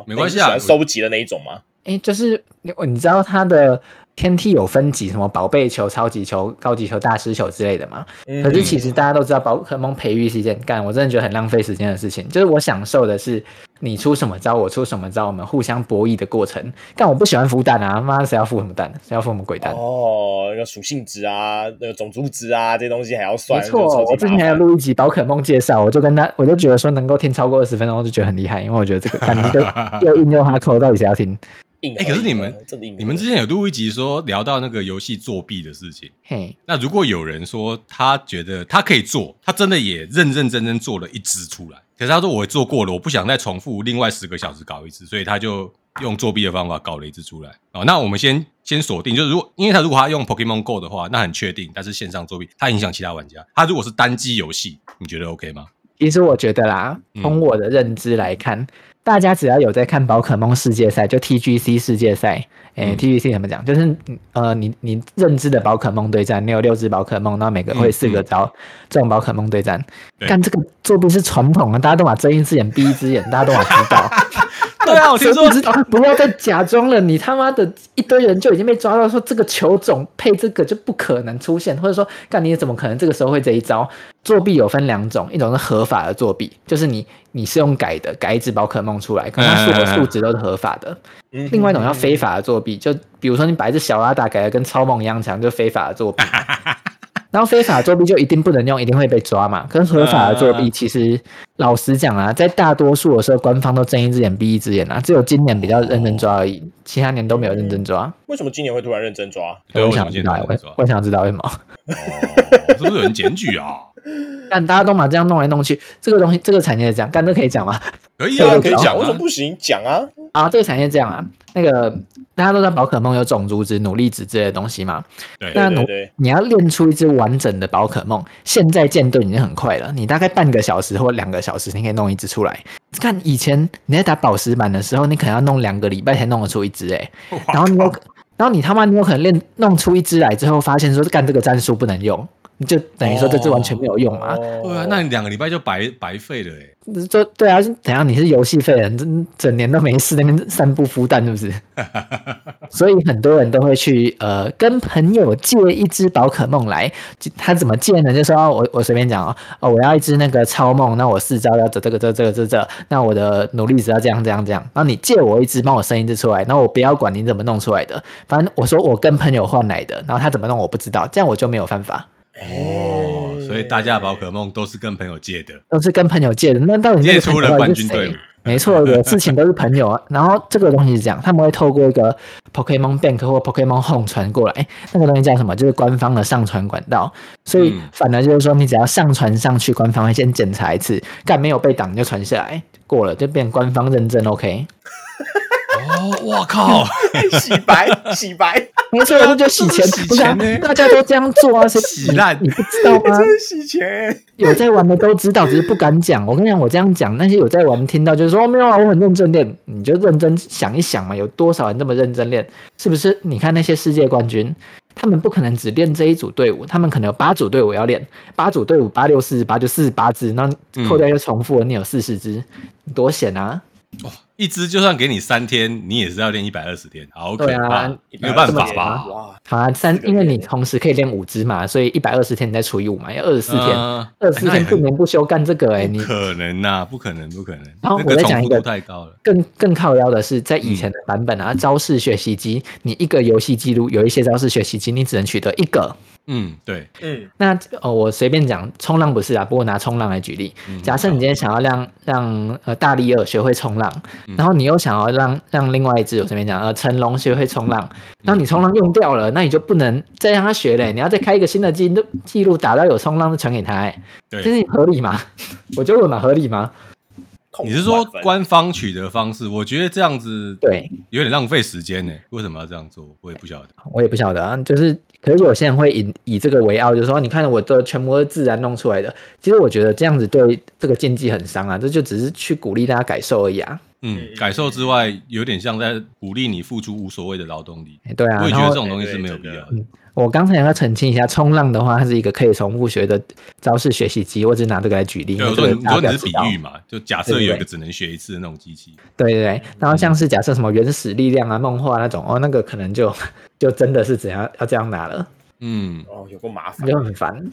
Speaker 1: 哦，
Speaker 2: 没关系啊
Speaker 1: 你是喜欢收集的那一种吗？
Speaker 3: 哎，就是你你知道它的天梯有分级，什么宝贝球、超级球、高级球、大师球之类的吗？
Speaker 1: 嗯
Speaker 3: 可是其实大家都知道，宝可梦培育是一件干，我真的觉得很浪费时间的事情。就是我享受的是你出什么招，我出什么招，我们互相博弈的过程。但我不喜欢孵蛋啊，妈谁要孵什么蛋？谁要孵什么鬼蛋？
Speaker 1: 哦，那个属性值啊，那个种族值啊，这些东西还要算，
Speaker 3: 没错，我之前还
Speaker 1: 要
Speaker 3: 有录一集宝可梦介绍，我就跟他，我就觉得说能够听超过二十分钟，我就觉得很厉害，因为我觉得这个感觉又硬又哈扣，到底谁 要听？
Speaker 1: 硬核。
Speaker 2: 哎可是你们
Speaker 1: 硬核真的硬核
Speaker 2: 你们之前有录一集说聊到那个游戏作弊的事情。
Speaker 3: 嘿，
Speaker 2: 那如果有人说他觉得他可以做，他真的也认认真真做了一只出来，可是他说我做过了，我不想再重复另外十个小时搞一次，所以他就用作弊的方法搞了一只出来。哦，那我们先先锁定，就是如果因为他如果他用 Pokemon Go 的话，那很确定，但是线上作弊，他影响其他玩家。他如果是单机游戏，你觉得 OK 吗？
Speaker 3: 其实我觉得啦，
Speaker 2: 嗯
Speaker 3: 从我的认知来看，大家只要有在看宝可梦世界赛，就 TGC 世界赛，诶、
Speaker 2: 嗯
Speaker 3: t g c 怎么讲？就是嗯呃，你你认知的宝可梦对战，你有六只宝可梦，那每个会四个招，这种宝可梦对战，
Speaker 2: 嗯对
Speaker 3: 干这个作弊是传统啊，大家都把睁一只眼闭一只眼，大家都把知道。
Speaker 2: 对啊，我听
Speaker 3: 谁
Speaker 2: 说
Speaker 3: 不知道，不要再假装了！你他妈的一堆人就已经被抓到，说这个球种配这个就不可能出现，或者说，干你怎么可能这个时候会这一招？作弊有分两种，一种是合法的作弊，就是你你是用改的，改一只宝可梦出来，可能它所有数值都是合法的；
Speaker 1: 嗯
Speaker 3: 另外一种叫非法的作 弊，就比如说你把一只小拉达改的跟超梦一样强，就非法的作弊。 然后非法作弊就一定不能用，一定会被抓嘛。可是合法的作 弊，其实老实讲啊，在大多数的时候，官方都睁一只眼闭一只眼啊，只有今年比较认真抓而已，其他年都没有认真抓。
Speaker 1: 为什么今年会突然认真抓？
Speaker 2: 对，
Speaker 3: 我
Speaker 2: 我
Speaker 3: 想
Speaker 2: 想
Speaker 3: 知
Speaker 2: 见
Speaker 3: 道
Speaker 2: 到
Speaker 3: 欸，
Speaker 2: 你
Speaker 3: 嗯我
Speaker 2: 说，
Speaker 3: 我想知道为什么。
Speaker 2: 哦，是不是有人检举啊？
Speaker 3: 但大家都把这样弄来弄去，这个东西这个产业是这样，干这可以讲吗？
Speaker 2: 可以
Speaker 1: 对
Speaker 2: 啊，
Speaker 1: 啊，
Speaker 2: 可
Speaker 1: 可
Speaker 2: 以
Speaker 1: 以
Speaker 2: 讲
Speaker 1: 讲，为什
Speaker 2: 啊
Speaker 1: 么。不行？讲啊，
Speaker 3: 啊，这个产业这样啊，那个大家都知道宝可梦有种族值、努力值之类的东西嘛，
Speaker 2: 对，
Speaker 3: 那
Speaker 1: 对
Speaker 3: 努
Speaker 1: 对
Speaker 3: 你要练出一只完整的宝可梦，现在建队已经很快了，你大概半个小时或两个小时，你可以弄一只出来。看以前你在打宝石版的时候，你可能要弄两个礼拜才弄得出一只哎、然后你有，然后你他妈你有可能练弄出一只来之后，发现说干这个战术不能用，你就等于说这只完全没有用嘛。
Speaker 1: 哦
Speaker 2: 对啊，那你两个礼拜就白白费了哎。
Speaker 3: 就对啊，怎样？你是游戏废人，整整年都没事，那边散步孵蛋是 不是？所以很多人都会去呃跟朋友借一只宝可梦来，就他怎么借呢？就说、哦、我我随便讲哦，哦我要一只那个超梦，那我四招要这这个这这个这这，那我的努力值要这样这样这样，然后你借我一只，帮我生一只出来，然后我不要管你怎么弄出来的，反正我说我跟朋友换来的，然后他怎么弄我不知道，这样我就没有犯法。
Speaker 1: 哎
Speaker 2: 哦，所以大家的宝可梦都是跟朋友借的。
Speaker 3: 都是跟朋友借的，那到底那
Speaker 2: 借
Speaker 3: 个
Speaker 2: 出
Speaker 3: 朋友
Speaker 2: 了
Speaker 3: 到底
Speaker 2: 冠
Speaker 3: 是
Speaker 2: 军
Speaker 3: 谁
Speaker 2: 队伍
Speaker 3: 没错，有事情都是朋友啊。然后这个东西是这样，他们会透过一个 Pokemon Bank 或 Pokemon Home 传过来，那个东西叫什么？就是官方的上传管道。所以
Speaker 2: 嗯
Speaker 3: 反而就是说，你只要上传上去，官方会先检查一次，干没有被挡你就传下来，过了就变官方认证 OK。
Speaker 2: 哦，我靠，
Speaker 1: 哎洗白 洗白，
Speaker 3: 没 错，这就洗
Speaker 2: 这就
Speaker 3: 钱，
Speaker 2: 是洗
Speaker 3: 不是、啊
Speaker 2: 钱呢？
Speaker 3: 大家都这样做啊，谁
Speaker 2: 洗烂
Speaker 3: 你你不知道吗？
Speaker 1: 真洗钱，
Speaker 3: 有在玩的都知道，只是不敢 讲。我跟你讲，我这样讲，那些有在玩听到就是说、哦、没有啊，我很认真练，你就认真想一想嘛，有多少人这么认真练？是不是？你看那些世界冠军，他们不可能只练这一组队伍，他们可能有八组队伍要练，八组队伍八六四十八就四十八支，那扣掉一个重复的，你有四十支，你多险啊！
Speaker 2: 一支就算给你三天，你也是要练一百二十天，好可
Speaker 3: 对
Speaker 2: 怕，
Speaker 3: 啊
Speaker 2: 没有办
Speaker 3: 这么
Speaker 2: 法
Speaker 3: 闲
Speaker 2: 吧
Speaker 3: 啊？
Speaker 1: 哇，
Speaker 3: 好啊，三
Speaker 1: 这，个
Speaker 3: 因为
Speaker 1: 也
Speaker 3: 你同时可以练五支嘛，所以一百二十天你再除以五嘛，要二十四天，
Speaker 2: 嗯
Speaker 3: 二十四
Speaker 2: 哎那也
Speaker 3: 天不
Speaker 2: 很
Speaker 3: 眠不休干这个哎、
Speaker 2: 不
Speaker 3: 你
Speaker 2: 可能呐、不可能，不可能，
Speaker 3: 然后
Speaker 2: 那
Speaker 3: 我
Speaker 2: 个
Speaker 3: 再
Speaker 2: 重
Speaker 3: 讲一
Speaker 2: 复
Speaker 3: 个
Speaker 2: 度太高了。
Speaker 3: 更更靠腰的是，在
Speaker 2: 嗯
Speaker 3: 以前的版本啊，招式学习机，你一个游戏记录有一些招式学习机，你只能取得一个。
Speaker 2: 嗯，对，
Speaker 1: 嗯，
Speaker 3: 那哦，我随便讲，冲浪不是啊，不过拿冲浪来举例，
Speaker 2: 嗯
Speaker 3: 假设你今天想要让让呃大力二学会冲浪，
Speaker 2: 嗯
Speaker 3: 然后你又想要让让另外一只我这边讲呃成龙学会冲
Speaker 2: 嗯
Speaker 3: 浪，然后你冲浪用掉了，那你就不能再让他学嘞，你要再开一个新的记录记录，打到有冲浪就传给他、欸，
Speaker 2: 对
Speaker 3: 这是合理吗？ 我觉得我蛮合理吗？
Speaker 1: 痛苦
Speaker 2: 你是说
Speaker 1: 万分
Speaker 2: 官方取得方式？我觉得这样子
Speaker 3: 对，
Speaker 2: 有点浪费时间呢、为什么要这样做？我也不晓得。
Speaker 3: 我也不晓得啊，就是可是有些人会以以这个为傲，就是说你看我的全部都是自然弄出来的，其实我觉得这样子对这个竞技很伤啊，这就只是去鼓励大家改受而已啊。
Speaker 2: 嗯
Speaker 1: 嗯，
Speaker 2: 感受之外，有点像在鼓励你付出无所谓的劳动力。
Speaker 3: 哎对啊，
Speaker 2: 我也
Speaker 3: 然
Speaker 2: 觉得这
Speaker 3: 后
Speaker 2: 种东西是没有必要的。
Speaker 3: 我刚才要澄清一下，冲浪的话，它是一个可以重复学的招式学习机，我只拿这个来举例。
Speaker 2: 对，啊我
Speaker 3: 因为
Speaker 2: 说
Speaker 3: 这
Speaker 2: 你
Speaker 3: 个
Speaker 2: 你
Speaker 3: 大
Speaker 2: 说
Speaker 3: 家不
Speaker 2: 你
Speaker 3: 要
Speaker 2: 是
Speaker 3: 知
Speaker 2: 比
Speaker 3: 道
Speaker 2: 喻嘛，就假设
Speaker 3: 对对
Speaker 2: 有一
Speaker 3: 对
Speaker 2: 个只能学一次的那种机器。
Speaker 3: 对对对，然后像是假设什么原始力量啊、梦话那种，哦，那个可能就 就真的是怎样要这样拿了，
Speaker 2: 嗯，
Speaker 1: 哦，有个麻烦
Speaker 3: 你，就很烦。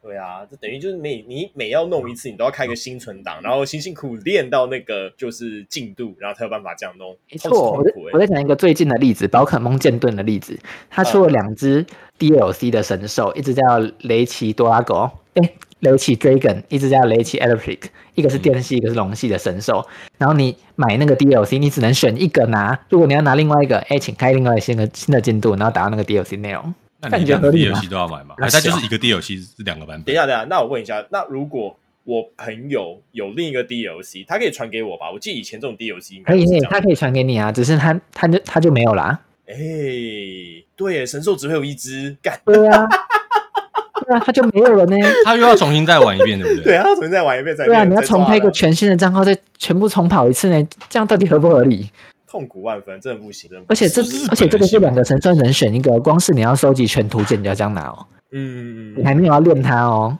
Speaker 1: 对啊，这等于就是每你每要弄一次，你都要开个新存档，然后辛辛苦苦练到那个就是进度，然后才有办法这样弄。
Speaker 3: 没
Speaker 1: 超级
Speaker 3: 错，我
Speaker 1: 痛
Speaker 3: 在
Speaker 1: 苦
Speaker 3: 我
Speaker 1: 欸
Speaker 3: 在讲一个最近的例子，宝可梦剑盾的例子，它出
Speaker 1: 嗯
Speaker 3: 了两只 DLC 的神兽，一只叫雷奇多拉狗，哎、雷奇 Dragon，一只叫雷奇 Electric，一
Speaker 1: 嗯
Speaker 3: 个是电系，一个是龙系的神兽。然后你买那个 DLC，你只能选一个拿，如果你要拿另外一个，哎、请开另外新的新的进度，然后达到那个 DLC 内容。
Speaker 2: 那你
Speaker 3: 感觉
Speaker 2: 两
Speaker 3: 合
Speaker 2: 个
Speaker 3: 理吗
Speaker 2: DLC 都要买嘛？
Speaker 3: 那
Speaker 2: 哎，
Speaker 3: 是
Speaker 2: 它
Speaker 3: 啊
Speaker 2: 就是一个 DLC 是两个版
Speaker 1: 等
Speaker 2: 本
Speaker 1: 一。下，等一下，那我问一下，那如果我朋友有另一个 DLC，他可以传给我吧？我记得以前这种 DLC 应该
Speaker 3: 可
Speaker 1: 都
Speaker 3: 以欸
Speaker 1: 是这，
Speaker 3: 它
Speaker 1: 样。
Speaker 3: 可以传给你啊，只是它它就它就没有啦。
Speaker 1: 哎、对耶，神兽只会有一只，干，
Speaker 3: 对啊， 对啊，它就没 有了呢。
Speaker 2: 它又要重新再玩一遍，对不
Speaker 1: 对
Speaker 2: 对？
Speaker 1: 啊，他重新再玩一遍再
Speaker 3: 对啊，
Speaker 1: 练
Speaker 3: 你要
Speaker 1: 再
Speaker 3: 重
Speaker 1: 抓
Speaker 3: 开一个
Speaker 1: 了
Speaker 3: 全新的账号，再全部重跑一次呢，这样到底合不合理？
Speaker 1: 痛苦万分，真的不行，真的不
Speaker 3: 而且这
Speaker 2: 是日本，
Speaker 3: 而且这个
Speaker 2: 人喜
Speaker 3: 是
Speaker 2: 欢
Speaker 3: 两个神算能选一个，光是你要收集全图鉴你就要这样拿 哦，
Speaker 1: 嗯，
Speaker 3: 你还没有要练它哦。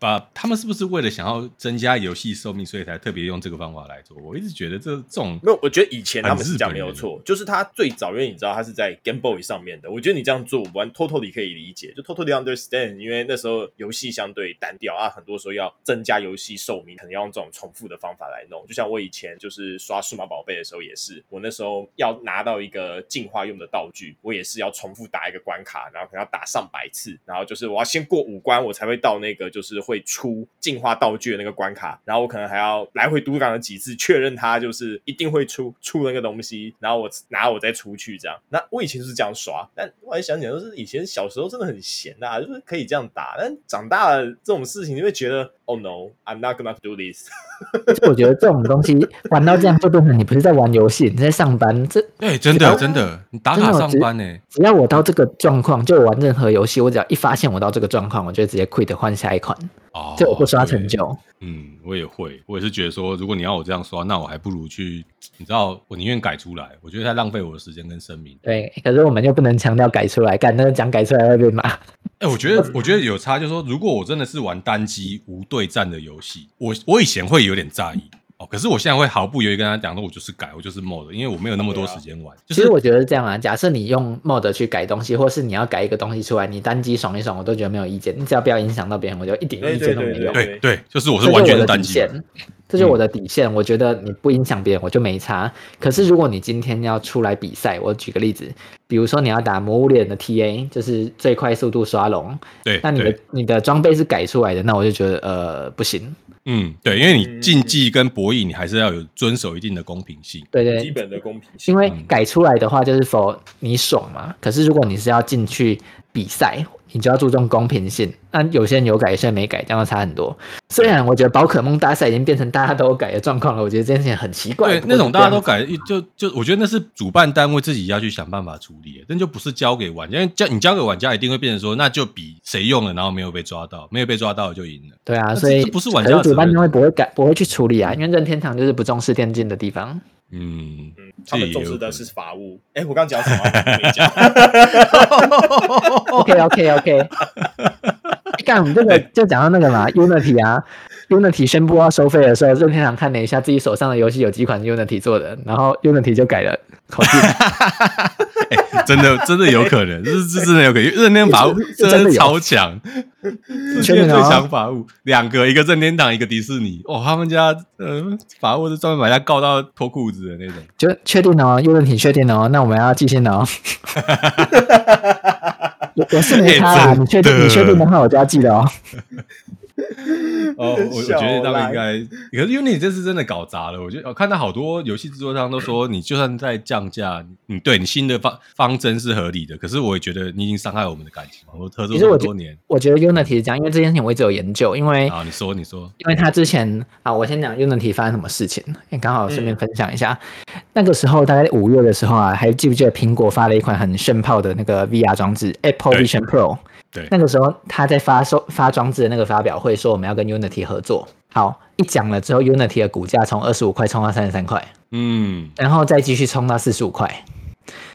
Speaker 2: 把他们是不是为了想要增加游戏寿命，所以才特别用这个方法来做？我一直觉得这这种
Speaker 1: 没有，我觉得以前他
Speaker 2: 很
Speaker 1: 们
Speaker 2: 嗯
Speaker 1: 是
Speaker 2: 啊日
Speaker 1: 这样
Speaker 2: 本
Speaker 1: 没有
Speaker 2: 人
Speaker 1: 错，就是他最早，因为你知道他是在 Game Boy 上面的，我觉得你这样做完 totally 可以理解，就 totally understand，因为那时候游戏相对单调啊，很多时候要增加游戏寿命，可能要用这种重复的方法来弄。就像我以前就是刷数码宝贝的时候也是，我那时候要拿到一个进化用的道具，我也是要重复打一个关卡，然后可能要打上百次，然后就是我要先过五关，我才会到那个就是会出进化道具的那个关卡，然后我可能还要来回读港了几次，确认它就是一定会出出那个东西，然后我拿我再出去这样。那我以前就是这样刷，但我还想起来，就是以前小时候真的很闲呐、就是可以这样打，但长大了这种事情你会觉得，Oh no，I'm not gonna do this。
Speaker 3: 我觉得这种东西玩到这样，就变成你不是在玩游戏，你在上班。这
Speaker 2: 对，哎真
Speaker 3: 然
Speaker 2: 的
Speaker 3: 后
Speaker 2: 真的，你打
Speaker 3: 啊真的
Speaker 2: 卡
Speaker 3: 我
Speaker 2: 上
Speaker 3: 觉得
Speaker 2: 班欸呢？
Speaker 3: 只要我到这个状况，就我玩任何游戏，我只要一发现我到这个状况，我就直接 quit 换下一款，
Speaker 2: 哦，
Speaker 3: 就我不刷
Speaker 2: 对
Speaker 3: 成就。
Speaker 2: 嗯，我也会，我也是觉得说，如果你要我这样刷，那我还不如去，你知道，我宁愿改出来，我觉得太浪费我的时间跟生命。
Speaker 3: 对，可是我们就不能强调改出来，干那个讲改出来会被骂。
Speaker 2: 哎、我觉得，我觉得有差，就是说，如果我真的是玩单机无对战的游戏，我我以前会有点在意哦，可是我现在会毫不犹豫跟他讲说，我就是改，我就是 mod，因为我没有那么多时间玩，就
Speaker 3: 啊其实
Speaker 2: 是
Speaker 3: 我觉得是这样啊，假设你用 mod 去改东西，或是你要改一个东西出来，你单机爽一爽，我都觉得没有意见。你只要不要影响到别人，我就一点意见都没有。
Speaker 1: 对
Speaker 2: 对对，就是我
Speaker 3: 这
Speaker 2: 是
Speaker 3: 就
Speaker 2: 完
Speaker 3: 我
Speaker 2: 全
Speaker 3: 的
Speaker 2: 是
Speaker 3: 底
Speaker 2: 单机玩，嗯
Speaker 3: 线，这就是我的底线。我觉得你不影响别人，我就没差。可是如果你今天要出来比赛，我举个例子，比如说你要打魔物猎人的 TA，就是最快速度刷龙，
Speaker 2: 对，
Speaker 3: 那你
Speaker 2: 对
Speaker 3: 的你的装备是改出来的，那我就觉得呃不行。
Speaker 2: 嗯，对，因为你竞技跟博弈，你还是要有遵守一定的公平性。
Speaker 3: 对对，
Speaker 1: 基本的公平性
Speaker 2: 嗯
Speaker 3: 因。为改出来的话就是否你爽嘛。可是如果你是要进去比赛，你就要注重公平性。那有些人有改，有些人没改，这样就差很多。虽然我觉得宝可梦大赛已经变成大家都有改的状况了，我觉得这件事情很奇怪。
Speaker 2: 对，
Speaker 3: 不
Speaker 2: 那
Speaker 3: 过
Speaker 2: 种
Speaker 3: 就这
Speaker 2: 大家
Speaker 3: 样啊
Speaker 2: 都改，就就我觉得那是主办单位自己要去想办法处理的，那就不是交给玩家，因为交你交给玩家一定会变成说，那就比谁用了，然后没有被抓到，没有被抓到就赢了。
Speaker 3: 对啊，
Speaker 2: 那
Speaker 3: 所
Speaker 2: 这
Speaker 3: 以
Speaker 2: 这不是玩
Speaker 3: 可
Speaker 2: 家的
Speaker 3: 主办
Speaker 2: 责任
Speaker 3: 单位不会改，不会去处理啊，因为任天堂就是不重视电竞的地方。
Speaker 2: 嗯，
Speaker 1: 嗯，
Speaker 2: 这
Speaker 1: 他
Speaker 2: 也
Speaker 1: 们重
Speaker 2: 有
Speaker 1: 视
Speaker 2: 可
Speaker 1: 的
Speaker 2: 能
Speaker 1: 是法务。哎，我刚讲什么啊？没讲
Speaker 2: 哦
Speaker 3: OK OK OK，干我哎们这
Speaker 2: 哎
Speaker 3: 个就讲到那个嘛，Unity 啊，Unity 宣布要收费的时候，任天堂看了一下自己手上的游戏有几款 Unity 做的，然后 Unity 就改了口径，
Speaker 2: 真的真的有可能，这是这真的有可能，因为任天法务
Speaker 3: 是真的有
Speaker 2: 的超强，世
Speaker 3: 确
Speaker 2: 界
Speaker 3: 定
Speaker 2: 最
Speaker 3: 哦
Speaker 2: 强法务两个，一个任天堂，一个迪士尼。哦，他们家呃法务是专门把人家告到脱裤子的 那种。
Speaker 3: 就确定哦，Unity 确定哦，那我们要寄信哦。我我是没他
Speaker 2: 哎
Speaker 3: 啦，
Speaker 2: 真
Speaker 3: 你确定你确定
Speaker 2: 的
Speaker 3: 的话，我就要寄了哦。
Speaker 2: 哦，我我觉得他
Speaker 1: 小
Speaker 2: 们
Speaker 1: 兰
Speaker 2: 应该，可是 Unity 这次真的搞砸了。我觉得我哦看到好多游戏制作商都说，你就算在降价，你对你新的方方针是合理的，可是我也觉得你已经伤害我们的感情了，我合作
Speaker 3: 其实
Speaker 2: 这
Speaker 3: 我
Speaker 2: 么
Speaker 3: 觉
Speaker 2: 多年
Speaker 3: 我觉得 Unity 是这样，因为这件事情我一直有研究，因为
Speaker 2: 啊。你说，你说，
Speaker 3: 因为他之前啊，我先讲 Unity 发生什么事情，也刚好顺便分享一下。
Speaker 2: 嗯
Speaker 3: 那个时候大概五月的时候啊，还记不记得苹果发了一款很炫炮的那个 VR 装置 Apple
Speaker 2: 对
Speaker 3: Vision Pro？
Speaker 2: 对
Speaker 3: 那个时候他在发售发装置的那个发表会说我们要跟 Unity 合作。好，一讲了之后，Unity 的股价从二十五块冲到三十三块，
Speaker 2: 嗯，
Speaker 3: 然后再继续冲到四十五块，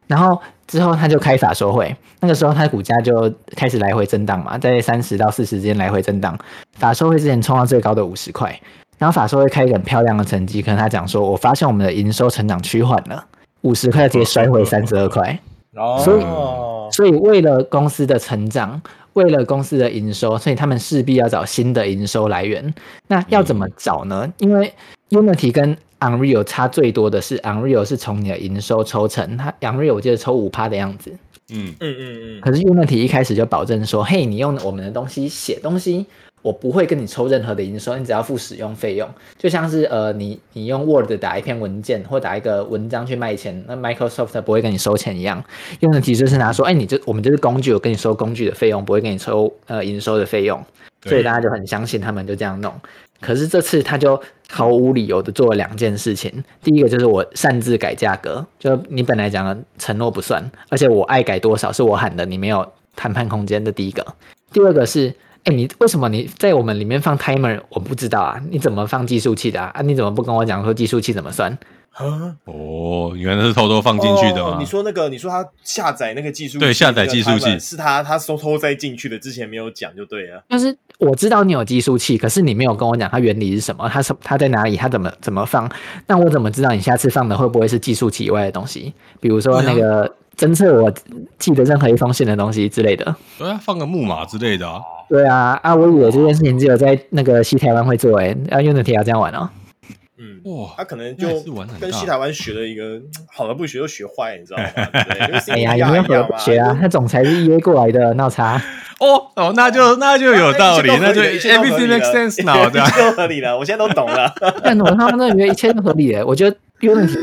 Speaker 3: 然后之后他就开法说会，那个时候他的股价就开始来回震荡嘛，在三十到四十之间来回震荡。法说会之前冲到最高的五十块，然后法说会开一个很漂亮的成绩，跟他讲说，我发现我们的营收成长趋缓了，五十块直接摔回三十二块。所以
Speaker 1: 哦，
Speaker 3: 所以为了公司的成长，为了公司的营收，所以他们势必要找新的营收来源。那要怎么找呢？因为 Unity 跟 Unreal 差最多的是，Unreal 是从你的营收抽成，它 Unreal 我记得抽五趴的样子。
Speaker 2: 嗯，
Speaker 1: 嗯 嗯嗯，
Speaker 3: 可是 Unity 一开始就保证说，嘿，你用我们的东西写东西，我不会跟你抽任何的营收，你只要付使用费用。就像是呃，你你用 Word 打一篇文件或打一个文章去卖钱，那 Microsoft 不会跟你收钱一样。Unity 就是拿说，哎、你这我们这是工具，我跟你收工具的费用，不会跟你抽呃营收的费用。
Speaker 2: 对
Speaker 3: 所以大家就很相信他们就这样弄。可是这次他就毫无理由的做了两件事情，第一个就是我擅自改价格，就你本来讲的承诺不算，而且我爱改多少是我喊的，你没有谈判空间。这第一个，第二个是，哎、你为什么你在我们里面放 timer？我不知道啊，你怎么放计数器的啊？啊，你怎么不跟我讲说计数器怎么算？
Speaker 1: 啊，
Speaker 2: 哦，原来是偷偷放进去的
Speaker 1: 哦
Speaker 2: 吗？
Speaker 1: 你说那个，你说他下载那个技术器，
Speaker 2: 对下载技术器
Speaker 1: 那个 timer 是他他偷偷在进去的，之前没有讲就对了。
Speaker 3: 就是我知道你有计数器，可是你没有跟我讲它原理是什么，它什它在哪里，它怎么怎么放，那我怎么知道你下次放的会不会是计数器以外的东西？比如说那个侦测我记得任何一封信的东西之类的。
Speaker 2: 对啊，放个木马之类的啊。
Speaker 3: 对啊，啊，我以为这件事情只有在那个西台湾会做、欸，哎，啊，Unity 要这样玩哦。
Speaker 1: 嗯，
Speaker 2: 哇
Speaker 1: 他可能
Speaker 2: 那
Speaker 1: 就
Speaker 2: 也是玩很大
Speaker 1: 跟西台湾学了一个好的不学又学坏，你知道 吗？对不对，就是
Speaker 3: 哎呀，
Speaker 1: 一
Speaker 3: 有
Speaker 1: 样
Speaker 3: 没有
Speaker 1: 一样嘛
Speaker 3: 学啊？他总裁是 EA 过来的，闹叉。
Speaker 2: 哦哦，那就那就有道理，那就 everything makes sense now 啊这
Speaker 1: 的，
Speaker 2: 样
Speaker 1: 一。切都合理了，我现在都懂 了。
Speaker 3: 但我他们都觉得一切都合理的。我觉得 Unity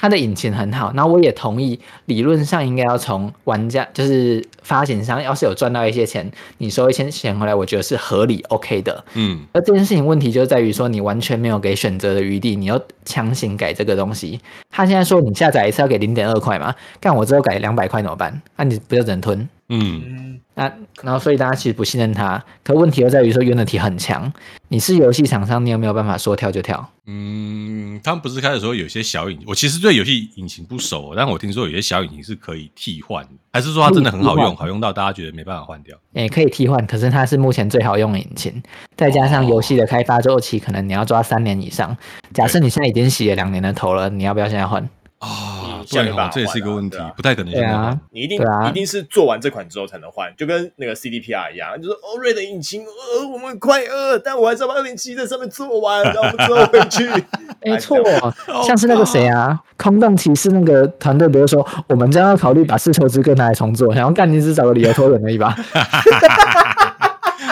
Speaker 3: 它的引擎很好，然后我也同意，理论上应该要从玩家就是发行商，要是有赚到一些钱，你收一些钱回来，我觉得是合理 OK 的。
Speaker 2: 嗯，
Speaker 3: 而这件事情问题就在于说，你完全没有给选择的余地，你又强行改这个东西。他现在说你下载一次要给零点二块嘛，干我之后改两百块怎么办？那、你不就只能吞？
Speaker 2: 嗯，
Speaker 1: 嗯，
Speaker 3: 那然后所以大家其实不信任他，可问题又在于说 Unity 很强，你是游戏厂商，你有没有办法说跳就跳？
Speaker 2: 嗯，他们不是开始说有些小引，我其实对游戏引擎不熟，但我听说有些小引擎是可以替换的，还是说它真的很好
Speaker 3: 可以替
Speaker 2: 用，
Speaker 3: 换
Speaker 2: 好用到大家觉得没办法换掉？
Speaker 3: 也可以替换，可是它是目前最好用的引擎，再加上游戏的开发周期可能你要抓三年以上。假设你现在已经洗了两年的头了，你要不要现在换？
Speaker 2: 啊
Speaker 1: 嗯，下
Speaker 2: 对
Speaker 1: 面把
Speaker 2: 哦
Speaker 1: 它，
Speaker 2: 这也是一个问题
Speaker 1: 换啊对啊，
Speaker 2: 不太可能现
Speaker 3: 对
Speaker 2: 在
Speaker 3: 啊
Speaker 2: 换。，
Speaker 1: 你一定、
Speaker 3: 对啊
Speaker 1: 一定是做完这款之后才能换，就跟那个 CDPR 一样，就是欧瑞的引擎，呃，我们快饿，但我还是要把二零七在上面做完，然后我们之后回去。
Speaker 3: 没错哦
Speaker 1: 哎这样，
Speaker 3: 像是那个谁啊，空洞骑士那个团队不是说我们将要考虑把丝绸之歌拿来重做，然后干你只是找个理由拖人而已吧？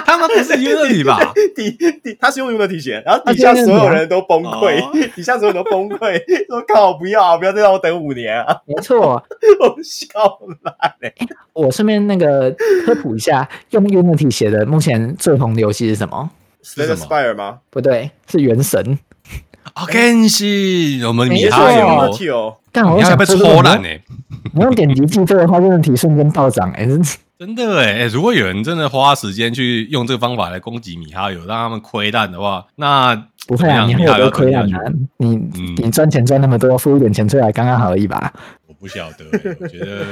Speaker 2: 他们不是在约那里吧？
Speaker 1: 底底他是用用的提前，然后底下所有
Speaker 3: 啊
Speaker 1: 人都崩
Speaker 2: 哦
Speaker 1: 溃， 底下所有人都崩溃，说靠，不要啊，不要再让我等五年啊！
Speaker 3: 没错，
Speaker 1: 我笑烂嘞、
Speaker 3: 我顺便那个科普一下，用 Unity 写的目前最红的游戏是什么？
Speaker 2: 是
Speaker 1: Let
Speaker 2: 什
Speaker 1: us
Speaker 2: 么
Speaker 1: fire 吗？
Speaker 3: 不对，是《原神》。
Speaker 2: 哦，Genshin，我们米
Speaker 3: 没
Speaker 2: 哈
Speaker 3: 错
Speaker 2: 游，
Speaker 1: 用的
Speaker 2: 哦
Speaker 1: 提哦，
Speaker 3: 但我
Speaker 2: 米
Speaker 3: 又
Speaker 2: 哈游
Speaker 3: 想
Speaker 2: 被
Speaker 3: 说
Speaker 2: 抽烂哎、
Speaker 3: 你用点击计费的话，Unity 瞬间暴涨哎、真是
Speaker 2: 真的哎、欸如果有人真的花时间去用这个方法来攻击米哈游，让他们亏烂的话，那
Speaker 3: 不会啊，你
Speaker 2: 怎么样米
Speaker 3: 还有
Speaker 2: 哈
Speaker 3: 多
Speaker 2: 游
Speaker 3: 亏啊
Speaker 2: 怎么样？
Speaker 3: 你
Speaker 2: 嗯
Speaker 3: 你赚钱赚那么多，付一点钱出来刚刚好而已 吧。
Speaker 2: 我不晓得、 欸，我觉得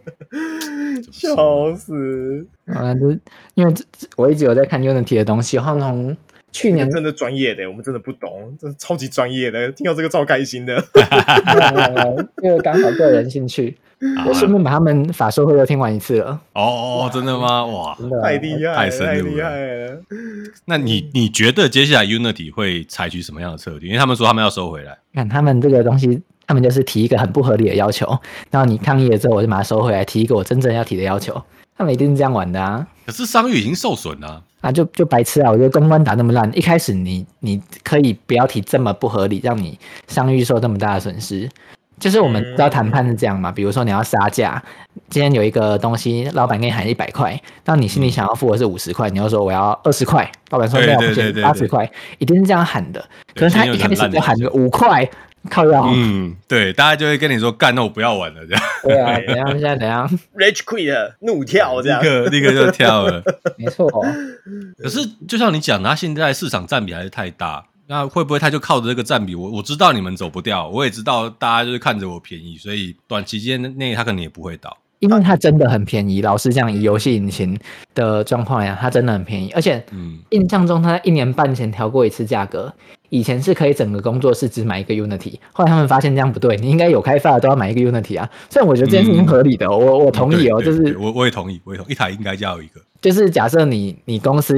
Speaker 2: 怎么说
Speaker 1: 笑死！
Speaker 3: 啊，就因为这这我一直有在看 Unity 的东西，然后从去年
Speaker 1: 真的专业的，我们真的不懂，真的超级专业的，听到这个超开心的。
Speaker 3: 因为刚好个人兴趣，
Speaker 2: 啊
Speaker 3: 我顺便把他们法说会都听完一次了，
Speaker 2: 哦哦，哦真的吗？哇，
Speaker 3: 真的
Speaker 1: 太厉害
Speaker 2: 太
Speaker 1: 了，
Speaker 2: 深
Speaker 1: 太
Speaker 2: 入
Speaker 1: 厉
Speaker 2: 了
Speaker 1: 害了！
Speaker 2: 那你你觉得接下来 Unity 会采取什么样的策略？因为他们说他们要收回来，
Speaker 3: 看他们这个东西，他们就是提一个很不合理的要求，然后你抗议了之后，我就把它收回来，提一个我真正要提的要求。他们一定是这样玩的啊！
Speaker 2: 可是商誉已经受损了、
Speaker 3: 啊，就就白痴啊！我觉得公关打那么烂，一开始你你可以不要提这么不合理，让你商誉受这么大的损失。就是我们知道谈判是这样嘛，比如说你要杀价，今天有一个东西，老板给你喊一百块，那你心里想要付的是五十块，你又说我要二十块，老板说
Speaker 2: 对
Speaker 3: 没有，
Speaker 2: 对
Speaker 3: 不行
Speaker 2: 对对
Speaker 3: 八
Speaker 2: 对
Speaker 3: 十块，一定是这样喊的。
Speaker 2: 对
Speaker 3: 可是他
Speaker 2: 今
Speaker 3: 一
Speaker 2: 天有
Speaker 3: 开
Speaker 2: 很
Speaker 3: 始
Speaker 2: 烂的
Speaker 3: 就喊
Speaker 2: 消
Speaker 3: 个
Speaker 2: 息
Speaker 3: 五块，靠要、
Speaker 1: 哦
Speaker 2: 嗯，对，大家就会跟你说干，那我不要玩了，这样
Speaker 3: 对啊，怎样现在怎样，
Speaker 1: Rage Quit 怒跳这样
Speaker 2: 嗯 立，刻立刻就跳了。
Speaker 3: 没错，
Speaker 2: 可是就像你讲的，它现在市场占比还是太大，那会不会它就靠着这个占比？我我知道你们走不掉，我也知道大家就是看着我便宜，所以短期间内它可能也不会倒。
Speaker 3: 因为它真的很便宜。老实讲，以游戏引擎的状况来讲，它真的很便宜，而且。
Speaker 2: 嗯，
Speaker 3: 印象中他在一年半前调过一次价格，以前是可以整个工作室只买一个 Unity，后来他们发现这样不对，你应该有开发的都要买一个 Unity 啊。虽然我觉得这件事情合理的，我我同意哦，
Speaker 2: 嗯对
Speaker 3: 就
Speaker 2: 对对
Speaker 3: 是
Speaker 2: 我我也同意，我也同意，一台应该要有一个。
Speaker 3: 就是假设你你公司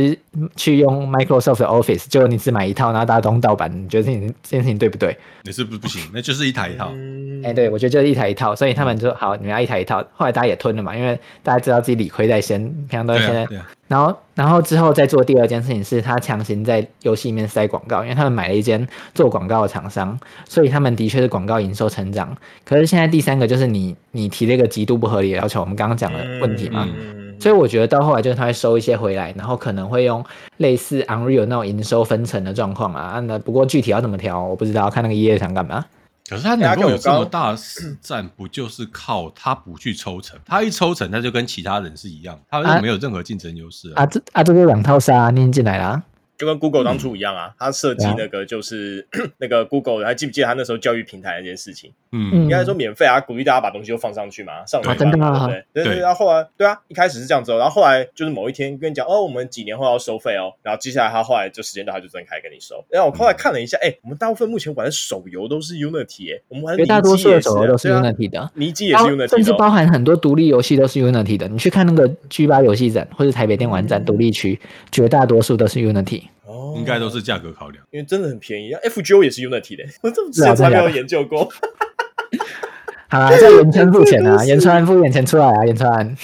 Speaker 3: 去用 Microsoft 的 Office，结果你只买一套，然后大家都用盗版，你觉得这件这件事情对不对？
Speaker 2: 你是不是不行？那就是一台一套。
Speaker 1: 嗯
Speaker 3: 哎、对我觉得就是一台一套，所以他们就说好，你们要一台一套。后来大家也吞了嘛，因为大家知道自己理亏在先，平常都
Speaker 2: 对
Speaker 3: 是现在
Speaker 2: 啊，对啊，
Speaker 3: 然后，然后之后再做第二件事情是，他强行在游戏里面塞广告，因为他们买了一间做广告的厂商，所以他们的确是广告营收成长。可是现在第三个就是你你提了一个极度不合理的要求，我们刚刚讲的问题嘛，
Speaker 2: 嗯
Speaker 3: 所以我觉得到后来就是他会收一些回来，然后可能会用类似 Unreal 那种营收分成的状况啊。啊那不过具体要怎么调，我不知道，看那个业想干嘛。
Speaker 2: 可是它
Speaker 1: 大
Speaker 2: 能
Speaker 1: 家
Speaker 2: 够
Speaker 1: 看
Speaker 2: 有
Speaker 1: 我
Speaker 2: 这么
Speaker 1: 刚
Speaker 2: 大的 市占，不就是靠它不去抽成？它一抽成，它就跟其他人是一样，它
Speaker 3: 啊
Speaker 2: 就没有任何竞争优势啊
Speaker 3: 啊，这啊这就两套杀、啊，你已经进来啦、
Speaker 1: 就跟 Google 当初一样啊，他设计
Speaker 3: 对啊
Speaker 1: 那个就是 那个 Google，还记不记得他那时候教育平台那件事情？
Speaker 2: 嗯
Speaker 3: 嗯
Speaker 1: 应该说免费啊，鼓励大家把东西都放上去嘛，上传
Speaker 3: 啊真的
Speaker 1: 嘛对
Speaker 3: 啊
Speaker 1: 不对对
Speaker 2: 对
Speaker 1: 对。然后后来对啊，一开始是这样子哦，然后后来就是某一天跟你讲哦，我们几年后要收费哦，然后接下来他后来就时间到，他就真的开始跟你收。然后我后
Speaker 3: 嗯
Speaker 1: 来看了一下，哎，我们大部分目前玩的手游都是 Unity，哎，我们玩
Speaker 3: 绝大多数的手游都是
Speaker 1: 是啊对啊
Speaker 3: Unity 的。
Speaker 1: 迷机也是
Speaker 3: 包甚
Speaker 1: Unity
Speaker 3: 至
Speaker 1: 的哦，
Speaker 3: 包含很多独立游戏都是 Unity 的。你去看那个 G 八游戏展或者台北电玩展独立区，绝大多数都是 Unity。
Speaker 1: 哦
Speaker 2: 应该都是价格考 量。
Speaker 1: 因为真的很便宜啊。FGO 也是 Unity 的， 我这么之
Speaker 3: 是啊
Speaker 1: 前从来没
Speaker 3: 真
Speaker 1: 有
Speaker 3: 的
Speaker 1: 研究过。
Speaker 3: 好啦，叫延川付钱
Speaker 1: 真
Speaker 3: 啊，
Speaker 1: 是
Speaker 3: 延川付点钱出来啊，延川。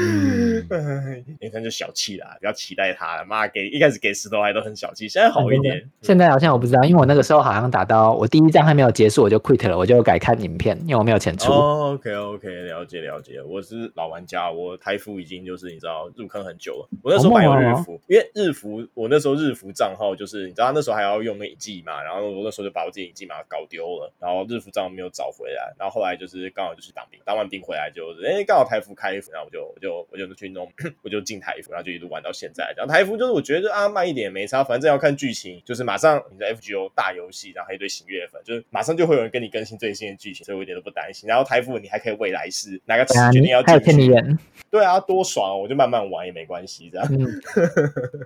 Speaker 2: 嗯，
Speaker 1: 哎，你看就小气啦，不要期待他了。妈，给一开始给石头还都很小气，现在好一点。
Speaker 3: 现在好像我不知道，因为我那个时候好像打到我第一章还没有结束，我就 quit 了，我就改看影片，因为我没有钱出。
Speaker 1: 哦，OK OK，了解了解。我是老玩家，我台服已经就是你知道入坑很久了。我那时候买有日服，因为日服我那时候日服账号就是你知道那时候还要用那影记嘛，然后我那时候就把我自己影记嘛搞丢了，然后日服账号没有找回来，然后后来就是刚好就是当兵，当完兵回来就是哎刚好台服开服，然后我就我就我就去弄， 我就进台服，然后就一路玩到现在。然后台服就是我觉得啊慢一点也没差，反正要看剧情，就是马上你的 FGO 大游戏，然后还有一堆新月份，就是马上就会有人跟你更新最新的剧情，所以我一点都不担心。然后台服你还可以未来式哪个词
Speaker 3: 对啊，
Speaker 1: 决
Speaker 3: 你
Speaker 1: 定要
Speaker 3: 还有
Speaker 1: 进
Speaker 3: 千里
Speaker 1: 去，
Speaker 3: 眼，
Speaker 1: 对啊，多爽、哦！我就慢慢玩也没关系，这样。
Speaker 3: 嗯，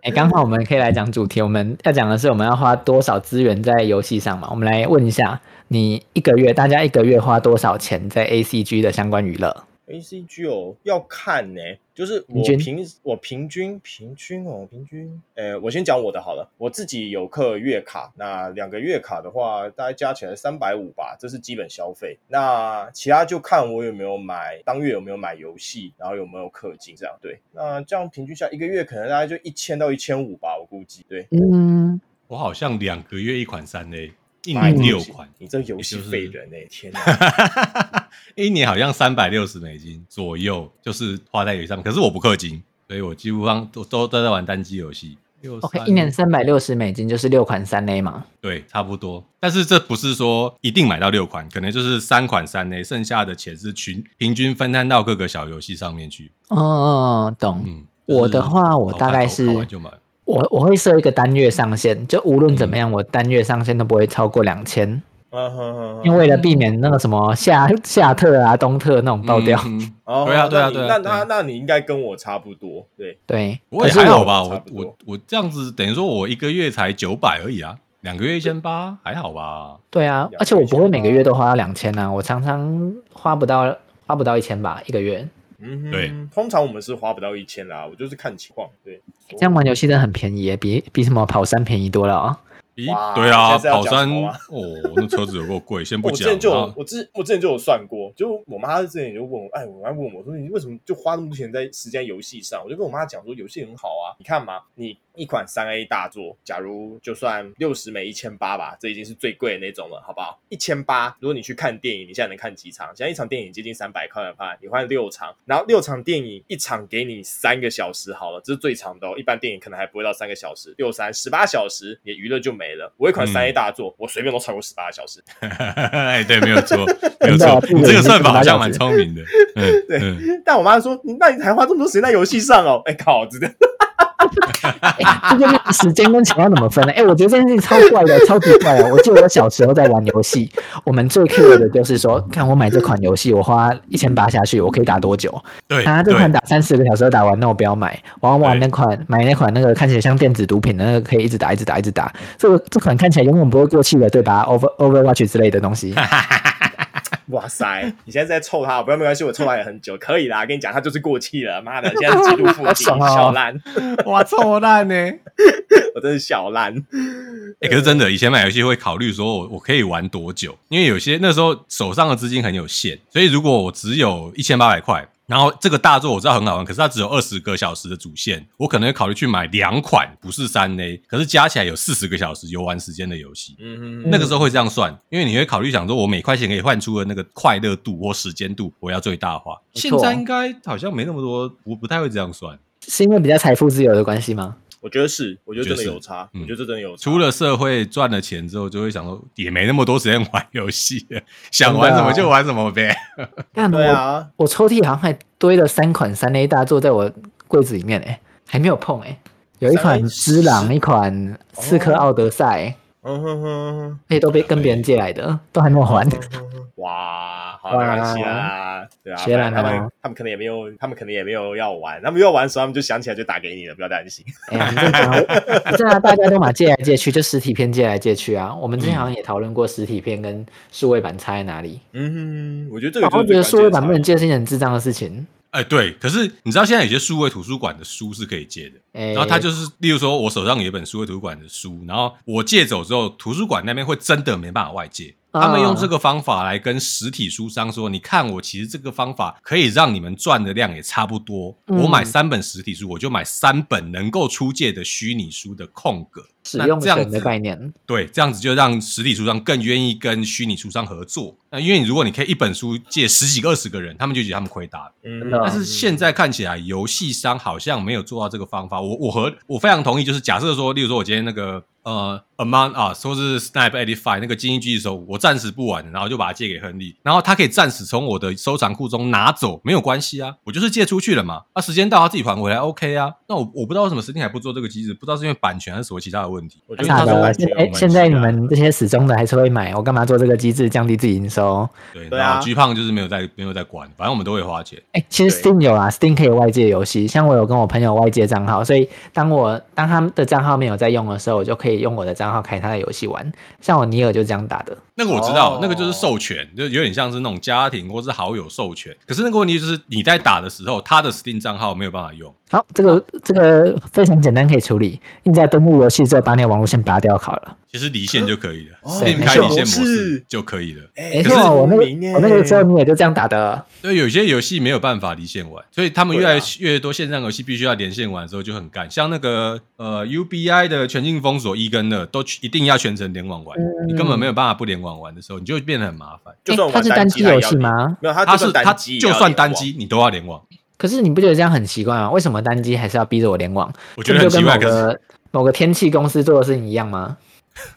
Speaker 3: 哎、刚好我们可以来讲主题，我们要讲的是我们要花多少资源在游戏上嘛？我们来问一下，你一个月大家一个月花多少钱在 ACG 的相关娱乐？
Speaker 1: A C G 哦，要看呢、就是我
Speaker 3: 平均
Speaker 1: 平我平均平均哦，平均，呃，我先讲我的好了。我自己有课月卡，那两个月卡的话，大概加起来三百五吧，这是基本消费。那其他就看我有没有买当月有没有买游戏，然后有没有氪金这样。对，那这样平均下一个月可能大概就一千到一千五吧，我估计。对，
Speaker 3: 嗯，
Speaker 2: 我好像两个月一款三 A，一
Speaker 1: 买
Speaker 2: 年
Speaker 1: 游
Speaker 2: 六
Speaker 1: 戏
Speaker 2: 款，
Speaker 1: 你这游戏
Speaker 2: 也就是
Speaker 1: 废人哎、天 哪！
Speaker 2: 一年好像三百六十美金左右，就是花在游戏上面。可是我不氪金，所以我几乎上都都都在玩单机游戏。六
Speaker 3: OK，
Speaker 2: 三
Speaker 3: 一年三百六十美金就是六款三 A 嘛。
Speaker 2: 对，差不多。但是这不是说一定买到六款，可能就是三款三 A，剩下的钱是群平均分摊到各个小游戏上面去。
Speaker 3: 哦哦，懂。
Speaker 2: 嗯，
Speaker 3: 我的话
Speaker 2: 就是
Speaker 3: 我大
Speaker 2: 好看好
Speaker 3: 概
Speaker 2: 看
Speaker 3: 是
Speaker 2: 完就买。
Speaker 3: 我我会设一个单月上限，就
Speaker 2: 嗯
Speaker 3: 无论怎么样，我单月上限都不会超过两千，
Speaker 1: 嗯哼哼哼
Speaker 3: 因为为了避免那个什么夏夏特啊、冬特那种爆掉。
Speaker 2: 嗯嗯
Speaker 1: 哦，
Speaker 2: 对啊对啊
Speaker 1: 那你
Speaker 2: 对啊
Speaker 1: 那
Speaker 2: 对
Speaker 1: 那
Speaker 2: 啊
Speaker 1: 那你应该跟我差不多，对，
Speaker 3: 对，
Speaker 2: 我也
Speaker 3: 可是
Speaker 2: 还好吧，
Speaker 1: 差
Speaker 2: 我
Speaker 1: 不多
Speaker 2: 我我这样子等于说我一个月才九百而已啊，两个月一千八，还好吧？
Speaker 3: 对啊，
Speaker 1: 了
Speaker 3: 而且我
Speaker 1: 解
Speaker 3: 不会每个月都花到两千啊，我常常花不到花不到一千吧一个月。
Speaker 1: 嗯哼，
Speaker 2: 对，
Speaker 1: 通常我们是花不到一千啦，我就是看情况，对，
Speaker 3: 这样玩游戏真的很便宜耶，比比什么跑山便宜多了啊、
Speaker 2: 咦
Speaker 1: 哇，
Speaker 2: 对啊，
Speaker 1: 现在是要
Speaker 2: 跑山
Speaker 1: 讲什么
Speaker 2: 哦
Speaker 1: 啊，
Speaker 2: 那车子有够贵，先不
Speaker 1: 我之
Speaker 2: 讲
Speaker 1: 前就
Speaker 2: 啊。
Speaker 1: 有，我之我之前就有算过，就我妈之前就问我，哎，我妈问我说你为什么就花那么多钱在时间游戏上？我就跟我妈讲说游戏很好啊，你看嘛，你一款三 A 大作，假如就算六十美一千八吧，这已经是最贵的那种了，好不好？一千八，如果你去看电影，你现在能看几场？现在一场电影接近三百块了吧？你换六场，然后六场电影一场给你三个小时好了，这是最长的哦，一般电影可能还不会到三个小时，六三十八小时，你的娱乐就没了。我一款
Speaker 2: 嗯
Speaker 1: 三 A 大作，我随便都超过十八小时，
Speaker 2: 哎，对，没有错，没有
Speaker 3: 真的啊
Speaker 2: 错，
Speaker 3: 不
Speaker 2: 你这
Speaker 3: 忍
Speaker 2: 个
Speaker 3: 心
Speaker 2: 算法
Speaker 3: 把它
Speaker 2: 好像
Speaker 3: 了
Speaker 2: 蛮
Speaker 3: 解
Speaker 2: 聪明的。嗯，
Speaker 1: 对
Speaker 2: 嗯
Speaker 1: 但我妈说：“你那你还花这么多时间在游戏上哦？” 哎、靠，真的，
Speaker 3: 这就是时间跟钱要怎么分呢？哎、我觉得这件事情超怪的，超级怪的。我记得我小时候在玩游戏，我们最 care 的就是说，看我买这款游戏，我花一千八下去，我可以打多久？
Speaker 2: 对，
Speaker 3: 啊，这
Speaker 2: 对
Speaker 3: 款打三十个小时都打完，那我不要买。我要玩
Speaker 2: 对
Speaker 3: 那款，买那款那个看起来像电子毒品的那个，可以一直打，一直打，一直打。这个这款看起来永远不会过气的，对吧？Over Overwatch 之类的 东西。
Speaker 1: 哇塞！你现在在臭他，不要没关系，我臭他也很久，可以啦。跟你讲，他就是过气了，妈的，现在是 记录负
Speaker 3: 好
Speaker 1: 记，
Speaker 3: 爽哦
Speaker 1: 小烂，
Speaker 2: 哇，臭蛋呢！哎，
Speaker 1: 我真是小烂。
Speaker 2: 欸可是真的，以前买游戏会考虑说我我可以玩多久，因为有些那时候手上的资金很有限，所以如果我只有一千八百块。然后这个大作我知道很好玩，可是它只有二十个小时的主线，我可能会考虑去买两款，不是三 A，可是加起来有四十个小时游玩时间的游戏。
Speaker 1: 嗯
Speaker 2: 那个时候会这样算，因为你会考虑想说，我每块钱可以换出的那个快乐度或时间度，我要最大化。
Speaker 3: 没
Speaker 2: 现
Speaker 3: 错
Speaker 2: 在应该好像没那么多，我不太会这样算。
Speaker 3: 是因为比较财富自由的关系吗？
Speaker 1: 我觉得是，我觉得真
Speaker 2: 我觉
Speaker 1: 的
Speaker 2: 得是
Speaker 1: 有差，
Speaker 2: 嗯
Speaker 1: 我觉得这真的有差。
Speaker 2: 出了社会赚了钱之后，就会想说，也没那么多时间玩游戏 了，想玩什么就玩什么 呗。
Speaker 3: 但我
Speaker 1: 对啊，
Speaker 3: 我抽屉好像还堆了三款三 A 大作在我柜子里面哎、还没有碰哎、有一款
Speaker 1: 3A
Speaker 3: 《只狼》，一款《刺客奥德赛》
Speaker 1: 嗯哼哼
Speaker 3: 那些都被跟别人借来的，哦都还没有还。
Speaker 1: 哼哼，哇，好，没关系啦，对啊，
Speaker 3: 学
Speaker 1: 反正
Speaker 3: 懒
Speaker 1: 他
Speaker 3: 啊
Speaker 1: 们他们可能也没有，他们可能也没有要玩，他们要玩的时候，他们就想起来就打给你了，不要担心。
Speaker 3: 哎呀，你这讲我，你这样大家都嘛借来借去，就实体片借来借去啊。我们之前好像也讨论过实体片跟数位版差在哪里。
Speaker 1: 嗯哼，我觉得这
Speaker 3: 我
Speaker 1: 个
Speaker 3: 会
Speaker 1: 就
Speaker 3: 觉得
Speaker 1: 是
Speaker 3: 数
Speaker 1: 最
Speaker 3: 位
Speaker 1: 关键的
Speaker 3: 版
Speaker 1: 差
Speaker 3: 不能
Speaker 1: 别
Speaker 3: 借是一件很智障的事情。
Speaker 2: 哎，对，可是你知道现在有些数位图书馆的书是可以借的，
Speaker 3: 哎，
Speaker 2: 然后它就是，例如说我手上有一本数位图书馆的书，然后我借走之后，图书馆那边会真的没办法外借。
Speaker 3: 啊
Speaker 2: 他们用这个方法来跟实体书商说：“你看，我其实这个方法可以让你们赚的量也差不多。
Speaker 3: 嗯
Speaker 2: 我买三本实体书，我就买三本能够出借的虚拟书的空格。
Speaker 3: 使
Speaker 2: 那
Speaker 3: 用
Speaker 2: 这样
Speaker 3: 权的
Speaker 2: 子
Speaker 3: 概念。
Speaker 2: 对，这样子就让实体书商更愿意跟虚拟书商合作。那因为你如果你可以一本书借十几个、二十个人，他们就觉得他们亏大了。
Speaker 1: 嗯，
Speaker 3: 的
Speaker 2: 但是现在看起来，游戏商好像没有做到这个方法。我我和我非常同意，就是假设说，例如说我今天那个呃，Among Us 或是 Snipe Eighty Five 那个精英狙击手，我暂时不玩，然后就把它借给亨利，然后他可以暂时从我的收藏库中拿走，没有关系啊，我就是借出去了嘛。那、啊时间到他自己还回来，OK 啊。那我我不知道为什么 Steam 还不做这个机制，不知道是因为版权还是什么其他的问题。
Speaker 1: 我觉
Speaker 2: 因
Speaker 1: 得
Speaker 2: 为他
Speaker 1: 它
Speaker 3: 傻
Speaker 1: 是
Speaker 2: 说
Speaker 1: 版
Speaker 3: 的，现
Speaker 1: 权
Speaker 3: 哎
Speaker 1: 有关
Speaker 3: 现在
Speaker 1: 系
Speaker 3: 你
Speaker 1: 啊
Speaker 3: 们这些死忠的还是会买，我干嘛做这个机制降低自己营收？
Speaker 2: 对，
Speaker 1: 对啊
Speaker 2: 然后 G 胖就是没有在没有在管，反正我们都会花钱。
Speaker 3: 哎、其实
Speaker 1: 对
Speaker 3: Steam 有啦，Steam 可以外借游戏，像我有跟我朋友外借账号，所以当我当他们的账号没有在用的时候，我就可以用我的账号开他的游戏玩。像我尼尔就这样打的，
Speaker 2: 那个我知道，
Speaker 3: 哦
Speaker 2: 那个就是授权，就有点像是那种家庭或是好友授权。可是那个问题就是你在打的时候，他的 Steam 账号没有办法用。
Speaker 3: 好，这个这个非常简单，可以处理。你只要登录游戏之后，把你的网络线拔掉好了。
Speaker 2: 其实离线就可以了、
Speaker 1: 哦
Speaker 2: s t e a m 开离线模
Speaker 1: 没错
Speaker 2: 式
Speaker 1: 是
Speaker 2: 就可以了。
Speaker 1: 哎
Speaker 3: 没
Speaker 2: 可
Speaker 3: 错
Speaker 2: 是，
Speaker 3: 我那个
Speaker 1: 聪明
Speaker 3: 我那
Speaker 1: 耶
Speaker 3: 个时候你也就这样打的。
Speaker 2: 对，有些游戏没有办法离线玩，所以他们越
Speaker 1: 对啊
Speaker 2: 来越多线上游戏必须要连线玩的时候就很干。像那个呃 UBI 的全境封锁一跟二都一定要全程联网玩，
Speaker 1: 嗯
Speaker 2: 你根本没有办法不联网玩的时候，你就变得很麻烦。
Speaker 1: 就算我
Speaker 3: 诶
Speaker 1: 玩
Speaker 3: 它哎是单
Speaker 1: 机
Speaker 3: 机
Speaker 1: 它也
Speaker 3: 游
Speaker 1: 要
Speaker 3: 戏
Speaker 1: 连？
Speaker 3: 吗？
Speaker 1: 没有，它
Speaker 2: 它
Speaker 1: 就是算
Speaker 2: 它
Speaker 1: 单机也要
Speaker 2: 就算
Speaker 1: 连
Speaker 2: 单
Speaker 1: 网
Speaker 2: 机你都要联网，
Speaker 3: 可是你不觉得这样很奇怪吗？为什么单机还是要逼着我联网？
Speaker 2: 我觉得很
Speaker 3: 这不就
Speaker 2: 奇怪。
Speaker 3: 跟某
Speaker 2: 可是
Speaker 3: 个某个天气公司做的事情一样吗？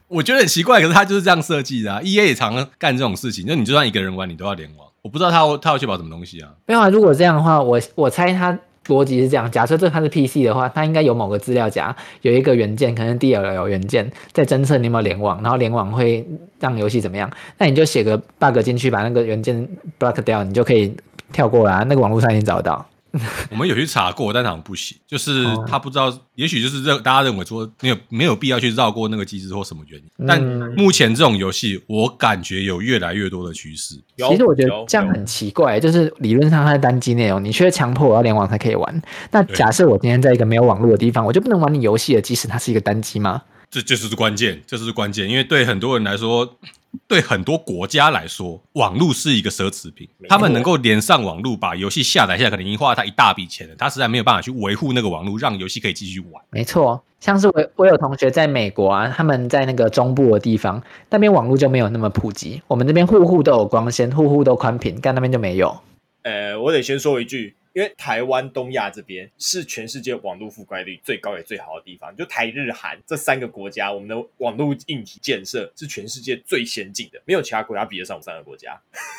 Speaker 2: 我觉得很奇怪，可是他就是这样设计的、啊。E A 也常干这种事情，就你就算一个人玩，你都要联网。我不知道他要他要确保什么东西啊？
Speaker 3: 没有啊，如果这样的话，我我猜它逻辑是这样：假设这它是 PC 的话，它应该有某个资料夹有一个元件，可能 DLL 元件在侦测你有没有联网，然后联网会让游戏怎么样？那你就写个 bug 进去，把那个元件 block 掉，你就可以跳过啊啦、那个网络上已经找得到。
Speaker 2: 我们有去查过，但好像不行，就是
Speaker 3: 哦
Speaker 2: 他不知道，也许就是认大家认为说没有没有必要去绕过那个机制或什么原因。
Speaker 3: 嗯
Speaker 2: 但目前这种游戏，我感觉有越来越多的趋势。
Speaker 1: 有
Speaker 3: 其实我觉得
Speaker 1: 有
Speaker 3: 这样
Speaker 1: 有
Speaker 3: 很奇怪，就是理论上它是单机内容，你却强迫我要联网才可以玩。那假设我今天在一个没有网络的地方，我就不能玩你游戏了，即使它是一个单机吗？
Speaker 2: 这这就是关键，这就是关键，因为对很多人来说，对很多国家来说，网络是一个奢侈品
Speaker 1: 没。错
Speaker 2: 他们能够连上网络，把游戏下载下来，可能已经花了他一大笔钱了，他实在没有办法去维护那个网络，让游戏可以继续玩。
Speaker 3: 没错，哦像是我我有同学在美国啊，他们在那个中部的地方，那边网络就没有那么普及。我们这边户户都有光纤，户户都宽频，但那边就没有。
Speaker 1: 呃，我得先说一句，因为台湾东亚这边是全世界网络覆盖率最高也最好的地方，就台日韩这三个国家，我们的网络硬体建设是全世界最先进的，没有其他国家比得上我们三个国家。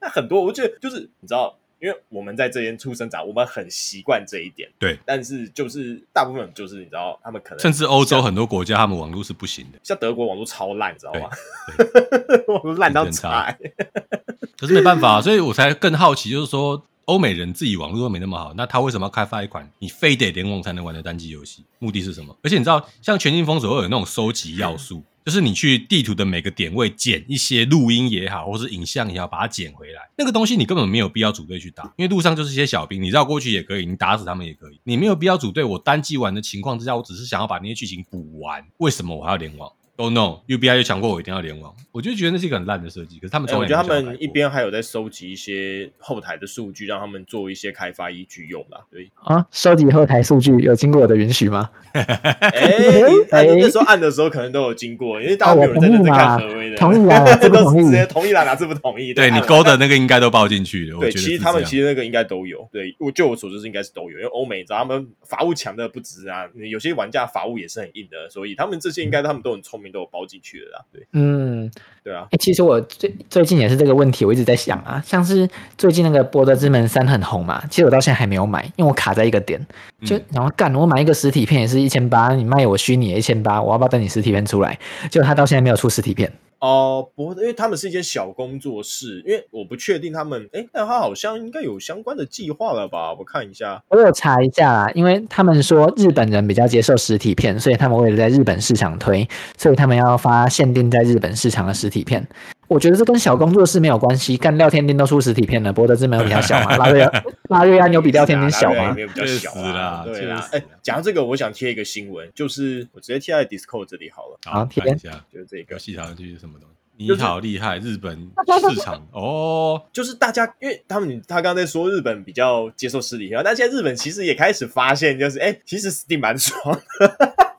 Speaker 1: 那很多，我觉得就是你知道。因为我们在这边出生长，我们很习惯这一点。
Speaker 2: 对，
Speaker 1: 但是就是大部分就是你知道，他们可能
Speaker 2: 甚至欧洲
Speaker 1: 像
Speaker 2: 很多国家，他们网络是不行的。
Speaker 1: 像德国网络超烂，你知道吗？
Speaker 2: 对
Speaker 1: 网络烂到
Speaker 2: 很
Speaker 1: 炸、
Speaker 2: 差 可是没办法，所以我才更好奇，就是说欧美人自己网络都没那么好，那他为什么要开发一款你非得联网才能玩的单机游戏？目的是什么？而且你知道，像《全境封锁》会有那种收集要
Speaker 1: 嗯
Speaker 2: 素，就是你去地图的每个点位捡一些录音也好，或是影像也好，把它捡回来。那个东西你根本没有必要组队去打，因为路上就是一些小兵，你绕过去也可以，你打死他们也可以，你没有必要组队。我单机玩的情况之下，我只是想要把那些剧情补完，为什么我还要联网？Oh no！UBI 就强迫我一定要联网，我就觉得那是一个很烂的设计。可是他们
Speaker 1: 哎
Speaker 2: 从
Speaker 1: 我
Speaker 2: 来
Speaker 1: 觉得他
Speaker 2: 没有想要
Speaker 1: 们
Speaker 2: 改
Speaker 1: 一
Speaker 2: 过
Speaker 1: 边还有在收集一些后台的数据，让他们做一些开发依据用啦。 对，
Speaker 3: 啊，收集后台数据有经过我的允许吗？
Speaker 1: 哎、那
Speaker 3: 哎
Speaker 1: 你那时候按的时候可能都有经过，因为大家
Speaker 3: 啊
Speaker 1: 没
Speaker 3: 我
Speaker 1: 有人在认真看合规的，
Speaker 3: 啊同意啦同意啦这
Speaker 1: 都
Speaker 3: 个
Speaker 1: 是
Speaker 3: 同意
Speaker 1: 直接同意啦，哪次不同意？
Speaker 2: 对你
Speaker 1: 按
Speaker 2: 勾的那个应该都报进去了。我
Speaker 1: 对，
Speaker 2: 觉得
Speaker 1: 其
Speaker 2: 是
Speaker 1: 实他们
Speaker 2: 这样
Speaker 1: 其实那个应该都有，对我就我所知是应该是都有，因为欧美你知道他们法务强的不止啊，有些玩家法务也是很硬的，所以他们这些应该他们都很聪明，都有包进去的啦。对
Speaker 3: 嗯，
Speaker 1: 对啊，
Speaker 3: 欸，其实我最最近也是这个问题，我一直在想啊，像是最近那个《博德之门三》很红嘛，其实我到现在还没有买，因为我卡在一个点，就
Speaker 2: 嗯
Speaker 3: 然后干，我买一个实体片也是一千八，你卖我虚拟也一千八，我要不要等你实体片出来？结果他到现在没有出实体片，
Speaker 1: 哦、不，因为他们是一间小工作室，因为我不确定他们，哎，但他好像应该有相关的计划了吧？我看一下，
Speaker 3: 我有查一下啦，因为他们说日本人比较接受实体片，所以他们为了在日本市场推，所以他们要发限定在日本市场的实体片。我觉得这跟小工作室没有关系，干廖天丁都出实体片了，博德之门有比他小吗？拉瑞安拉瑞安有比廖天丁小
Speaker 1: 拉瑞？
Speaker 3: 吗
Speaker 1: 也没有比较小
Speaker 2: 确实啦
Speaker 1: 啊，对啦。
Speaker 2: 确
Speaker 1: 哎
Speaker 2: 实啦，
Speaker 1: 讲到这个，我想贴一个新闻，就是我直接贴在 Discord 这里好了，
Speaker 2: 好
Speaker 3: 好
Speaker 2: 看一
Speaker 3: 天
Speaker 2: 下
Speaker 1: 就是这
Speaker 2: 游
Speaker 1: 个，
Speaker 2: 戏讨论区是什么东西。你
Speaker 1: 就是
Speaker 2: 好厉害，日 本市场哦，
Speaker 1: 就是大家，因为他们他刚才说日本比较接受实体票，但现在日本其实也开始发现，就是哎，其实 Steam 蛮爽，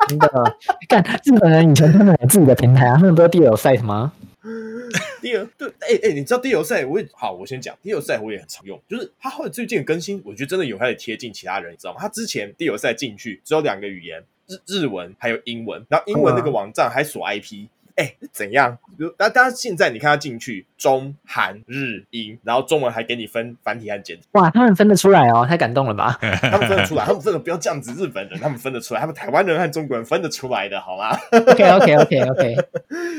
Speaker 3: 真的，干日本人以前他们有自己的平台啊，他们不是 DL site 吗？
Speaker 1: 第二，对，哎哎，你知道第六赛我也好，我先讲第六赛我也很常用，就是它后来最近的更新，我觉得真的有开始贴近其他人，你知道吗？它之前第六赛进去只有两个语言，日日文还有英文，然后英文那个网站还锁 IP。哎，怎样？就大大家现在你看它进去中韩日英，然后中文还给你分繁体和简体，
Speaker 3: 哇，他们分得出来哦，太感动了吧？
Speaker 1: 他们分得出来，他们真的不要这样子，日本人他们分得出来，他们台湾人和中国人分得出来的，好吗？
Speaker 3: OK OK OK OK，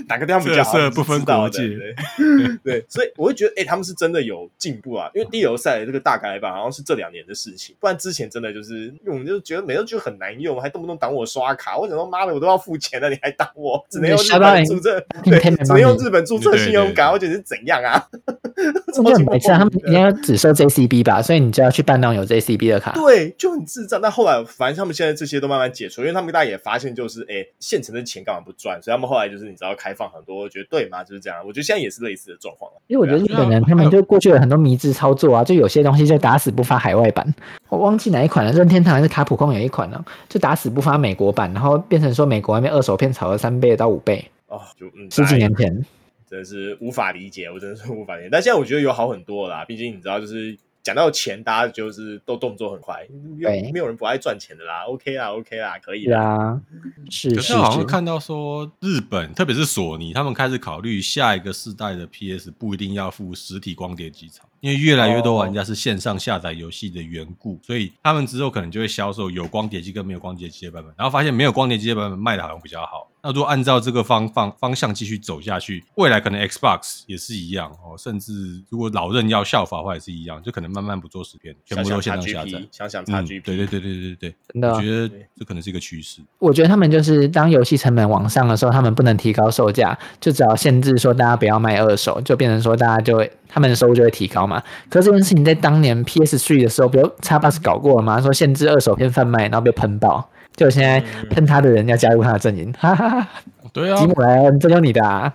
Speaker 1: 哪个地方比较好，
Speaker 2: 这色
Speaker 1: 你是
Speaker 2: 不分
Speaker 1: 知道
Speaker 2: 国
Speaker 1: 的
Speaker 2: 界
Speaker 1: 对 对，所以我会觉得，哎、他们是真的有进步啊，因为地球赛的这个大改版好像是这两年的事情，不然之前真的就是，因为我们就觉得每次就很难用，还动不动挡我刷卡，我想说妈的，我都要付钱了，你还挡我，只能用日
Speaker 3: 刷到
Speaker 1: 本
Speaker 3: 人
Speaker 1: 注 册，
Speaker 3: 听
Speaker 1: 对，
Speaker 3: 天美
Speaker 1: 只能
Speaker 3: 帮
Speaker 1: 用
Speaker 3: 你
Speaker 1: 日本注册
Speaker 2: 对对
Speaker 1: 信用卡，
Speaker 2: 对
Speaker 1: 我简直是怎样啊？ 超
Speaker 3: 这
Speaker 1: 级
Speaker 3: 很白痴啊！他
Speaker 1: 莫名
Speaker 3: 们
Speaker 1: 的
Speaker 3: 应该只收 JCB 吧，所以你就要去办那种有 JCB
Speaker 2: 啊
Speaker 3: 的卡。
Speaker 1: 对，就很智障。但后来，反正他们现在这些都慢慢解除，因为他们大家也发现，就是哎，诶现成的钱干嘛不赚？所以他们后来就是你知道开放很多，我觉得对嘛，就是这样。我觉得现在也是类似的状况啊。
Speaker 3: 因为我觉得日本人他们就过去有很多迷之操作啊，就有些东西就打死不发海外版，我忘记哪一款了，任天堂还是卡普空有一款呢、就打死不发美国版，然后变成说美国外面二手片炒了三倍到五倍，
Speaker 1: 哦，就嗯，
Speaker 3: 十几
Speaker 1: 大家
Speaker 3: 年前。
Speaker 1: 真的是无法理解，我真的是无法理解。但现在我觉得有好很多了啦，毕竟你知道，就是讲到钱，大家就是都动作很快，没有
Speaker 3: 对
Speaker 1: 没有人不爱赚钱的啦。OK 啦，OK 啦，可以
Speaker 3: 是
Speaker 1: 啦。
Speaker 3: 啊，是
Speaker 2: 可
Speaker 3: 是
Speaker 2: 是好像
Speaker 3: 是，
Speaker 2: 看到说日本，特别是索尼，他们开始考虑下一个世代的 PS 不一定要附实体光碟机槽，因为越来越多玩家是线上下载游戏的缘故，所以他们之后可能就会销售有光碟机跟没有光碟机的版本，然后发现没有光碟机的版本卖的好像比较好。那如果按照这个方方 方向继续走下去，未来可能 Xbox 也是一样哦，甚至如果老任要效法的话也是一样，就可能慢慢不做实片，全
Speaker 1: 想
Speaker 2: 部都
Speaker 1: 想
Speaker 2: 线上下载
Speaker 1: XGP，。想想
Speaker 2: 嗯，
Speaker 1: XGP，、
Speaker 2: 对对对对对对，
Speaker 3: 真的
Speaker 2: 我觉得这可能是一个趋势。
Speaker 3: 我觉得他们就是当游戏成本往上的时候，他们不能提高售价，就只要限制说大家不要卖二手，就变成说大家就会他们的收入就会提高嘛。可是这件事情在当年 PS3 的时候，不就 Xbox 搞过了吗？说限制二手片贩卖，然后被喷爆，就现在喷他的人要加入他的阵营，哈哈哈！
Speaker 2: 嗯对啊
Speaker 3: 吉，姆莱恩，这就是你的、啊，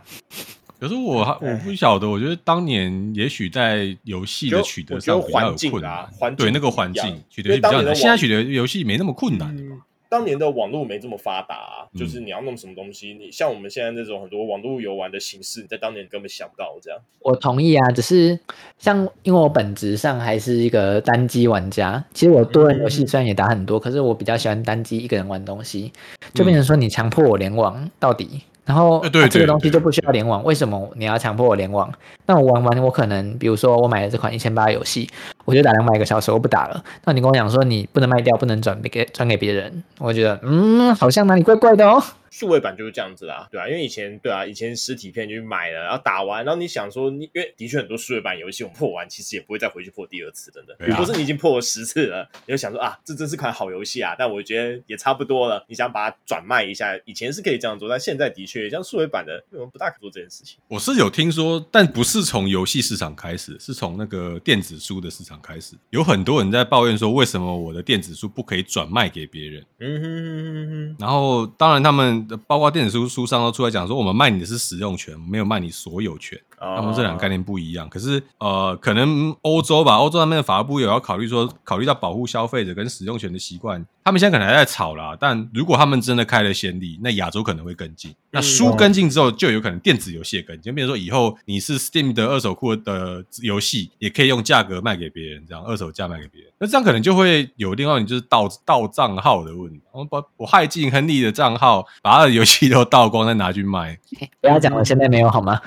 Speaker 2: 可是
Speaker 1: 哎
Speaker 2: 我还我不晓得，我觉得当年也许在游戏的取得上
Speaker 1: 我觉
Speaker 2: 比较
Speaker 1: 得
Speaker 2: 有
Speaker 1: 环境
Speaker 2: 困
Speaker 1: 啊
Speaker 2: 难，
Speaker 1: 环境
Speaker 2: 对那个环
Speaker 1: 不一
Speaker 2: 境
Speaker 1: 样
Speaker 2: 取得比较
Speaker 1: 因为当年的
Speaker 2: 难，
Speaker 1: 网
Speaker 2: 现在取得游戏没那么困难。
Speaker 1: 嗯当年的网络没这么发达啊、
Speaker 2: 嗯
Speaker 1: 就是你要弄什么东西，你像我们现在这种很多网络游玩的形式，你在当年根本想不到这样。
Speaker 3: 我同意啊。只是像因为我本质上还是一个单机玩家，其实我多人游
Speaker 2: 嗯
Speaker 3: 戏虽然也打很多，可是我比较喜欢单机一个人玩东西，就变成说你强迫我联网到底。然后、
Speaker 2: 呃嗯对
Speaker 3: 啊这
Speaker 2: 对
Speaker 3: 个东西
Speaker 2: 对
Speaker 3: 就不需要
Speaker 2: 对
Speaker 3: 联网，为什么你要强迫我联网？那我玩完，我可能比如说我买了这款一千八游戏，我就打两百个小时，我不打了。那你跟我讲说你不能卖掉，不能转给转给别人，我觉得嗯，好像哪里怪怪的哦。
Speaker 1: 数位版就是这样子啦，对啊，因为以前对啊，以前实体片就去买了，然后打完，然后你想说你，因为的确很多数位版游戏我们破完，其实也不会再回去破第二次，真的。
Speaker 2: 对啊
Speaker 1: 或是你已经破了十次了，你就想说啊，这真是款好游戏啊，但我觉得也差不多了，你想把它转卖一下，以前是可以这样做，但现在的确像数位版的，我们不大可做这件事情。
Speaker 2: 我是有听说，但不是从游戏市场开始，是从那个电子书的市场开始。有很多人在抱怨说，为什么我的电子书不可以转卖给别人？
Speaker 1: 嗯哼哼哼哼
Speaker 2: 然后，当然他们包括电子书书商都出来讲说，我们卖你的是使用权，没有卖你所有权。
Speaker 1: 哼，
Speaker 2: 他哦们这两个概
Speaker 1: 念。
Speaker 2: 念不一样。可是呃，可能欧洲吧，欧洲那边的法务部也要考虑说，考虑到保护消费者跟使用权的习惯，他们现在可能还在吵啦。但如果他们真的开了先例，那亚洲可能会跟进。那书跟进之后，就有可能电子游戏也跟进。就比如说以后你是 Steam 的二手库的游戏，也可以用价格卖给别人，这样二手价卖给别人。那这样可能就会有另外你就是盗盗账号的问题。我把我害进亨利的账号，把他的游戏都盗光，再拿去卖。
Speaker 3: 不要
Speaker 2: 嗯
Speaker 3: 讲我现在没有好吗？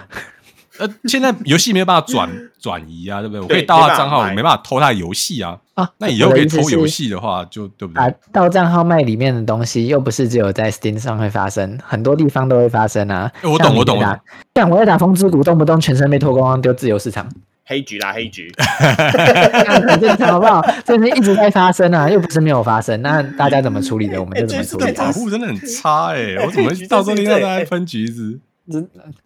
Speaker 2: 呃，现在游戏没有办法 转转移啊，对不对？我可以
Speaker 1: 对
Speaker 2: 盗
Speaker 1: 没
Speaker 2: 他
Speaker 1: 办法
Speaker 2: 账号，我
Speaker 1: 买
Speaker 2: 没办法偷他的游戏啊。
Speaker 3: 啊，
Speaker 2: 那以后
Speaker 3: 我的
Speaker 2: 可以
Speaker 3: 意思
Speaker 2: 偷游
Speaker 3: 是
Speaker 2: 戏的话，就对不
Speaker 3: 啊
Speaker 2: 对？，
Speaker 3: 到账号卖里面的东西，又不是只有在 Steam 上会发生，很多地方都会发生啊。
Speaker 2: 欸我懂
Speaker 3: 像你
Speaker 2: 我懂
Speaker 3: 在打
Speaker 2: 我懂。
Speaker 3: 像我在打风之谷，动不动全身被脱光光丢自由市场，
Speaker 1: 黑局啦，黑局，
Speaker 3: 很正常好不好？这是一直在发生啊，又不是没有发生。那大家怎么处理的，我们就怎么处理
Speaker 2: 对，
Speaker 3: 啊
Speaker 2: 保。护真的很差哎、我怎么会
Speaker 1: 橘子
Speaker 2: 到时候听到
Speaker 1: 橘子
Speaker 2: 他在分橘子？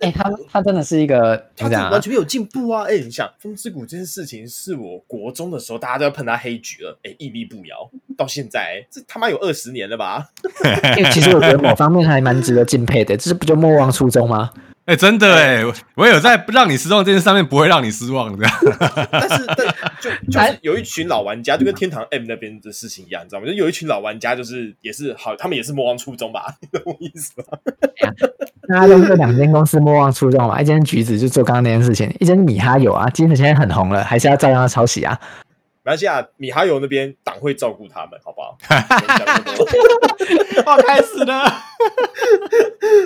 Speaker 3: 哎、他他真的是一个
Speaker 1: 他
Speaker 3: 怎
Speaker 1: 这
Speaker 3: 么讲
Speaker 1: 完
Speaker 3: 啊？
Speaker 1: 全没有进步啊！哎、你想《风之谷》这件事情，是我国中的时候大家都要喷他黑局了，哎、屹立不摇，到现在、哎这他妈有二十年了吧？
Speaker 3: 因为其实我觉得某方面还蛮值得敬佩的，这不就莫忘初衷吗？
Speaker 2: 哎、真的哎、我我有在让你失望这件事上面不会让你失 望的。
Speaker 1: 但是，但 就
Speaker 2: 哎
Speaker 1: 就是有一群老玩家，就跟天堂 M 那边的事情一样，你知道吗？就有一群老玩家，就是也是好，他们也是莫忘初衷吧， 你懂我意思吗？
Speaker 3: 大家都是两间公司莫忘初衷嘛，一间是橘子就做刚刚那件事情，一间是米哈游啊，今天现在很红了，还是要照样抄袭啊。
Speaker 1: 马来西亚米哈游那边党会照顾他们，好不好？我讲那么多
Speaker 2: 哦，开始了。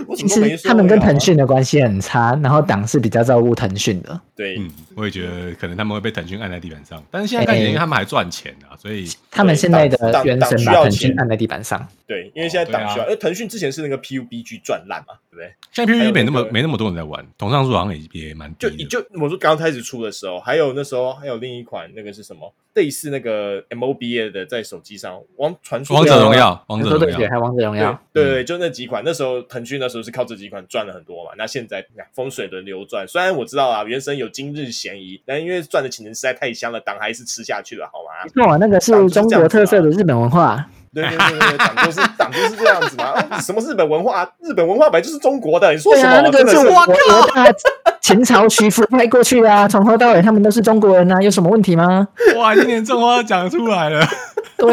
Speaker 1: 我什
Speaker 3: 其
Speaker 1: 么都没
Speaker 3: 实
Speaker 1: 说啊
Speaker 3: 他们跟腾
Speaker 1: 呀
Speaker 3: 讯的关系很差，然后党是比较照顾腾讯的。
Speaker 1: 对，
Speaker 2: 嗯，我也觉得可能他们会被腾讯按在地板上，但是现在看起来，
Speaker 3: 哎
Speaker 2: 因为他们还赚钱啊，所以
Speaker 3: 他们现在的原神把腾讯
Speaker 1: 党
Speaker 3: 按在地板上，
Speaker 1: 对，因为现在党
Speaker 2: 哦
Speaker 1: 需
Speaker 2: 对
Speaker 1: 要，
Speaker 2: 啊
Speaker 1: 因为腾讯之前是那个 PUBG 赚烂嘛，对不对？
Speaker 2: 现在 PVP 没那
Speaker 1: 还
Speaker 2: 么
Speaker 1: 有那个
Speaker 2: 没那么多人在玩，同上数好像也也蛮
Speaker 1: 就
Speaker 2: 低
Speaker 1: 你
Speaker 2: 的。
Speaker 1: 就我说刚开始出的时候，还有那时候还有另一款那个是什么类似那个 MOBA 的，在手机上王传说
Speaker 2: 王者
Speaker 1: 对啊
Speaker 2: 荣耀，王
Speaker 3: 你
Speaker 2: 者
Speaker 3: 说
Speaker 2: 荣
Speaker 3: 对
Speaker 2: 耀嗯
Speaker 3: 决，还有王者荣耀，
Speaker 1: 对对，就那那几款，那时候腾讯那时候是靠这几款赚了很多嘛。那现在你看风水轮流转，虽然我知道啊，原神有今日嫌疑，但因为赚的钱实在太香了，党还是吃下去了，好吗？
Speaker 3: 没错，那个是
Speaker 1: 长就是
Speaker 3: 中
Speaker 1: 这样
Speaker 3: 国
Speaker 1: 子啊
Speaker 3: 特色的日本文化。
Speaker 1: 对对对对，党就是党就是这样子嘛。啊什么日本文化？日本文化本来就是中国的，你说
Speaker 3: 对
Speaker 1: 什么？
Speaker 3: 啊，那
Speaker 1: 真
Speaker 3: 个
Speaker 1: 的
Speaker 3: 是
Speaker 1: 是
Speaker 3: 我我大 秦朝徐福派过去的啊，从头到尾他们都是中国人啊，有什么问题吗？
Speaker 2: 哇，今年种花讲出来了，
Speaker 3: 对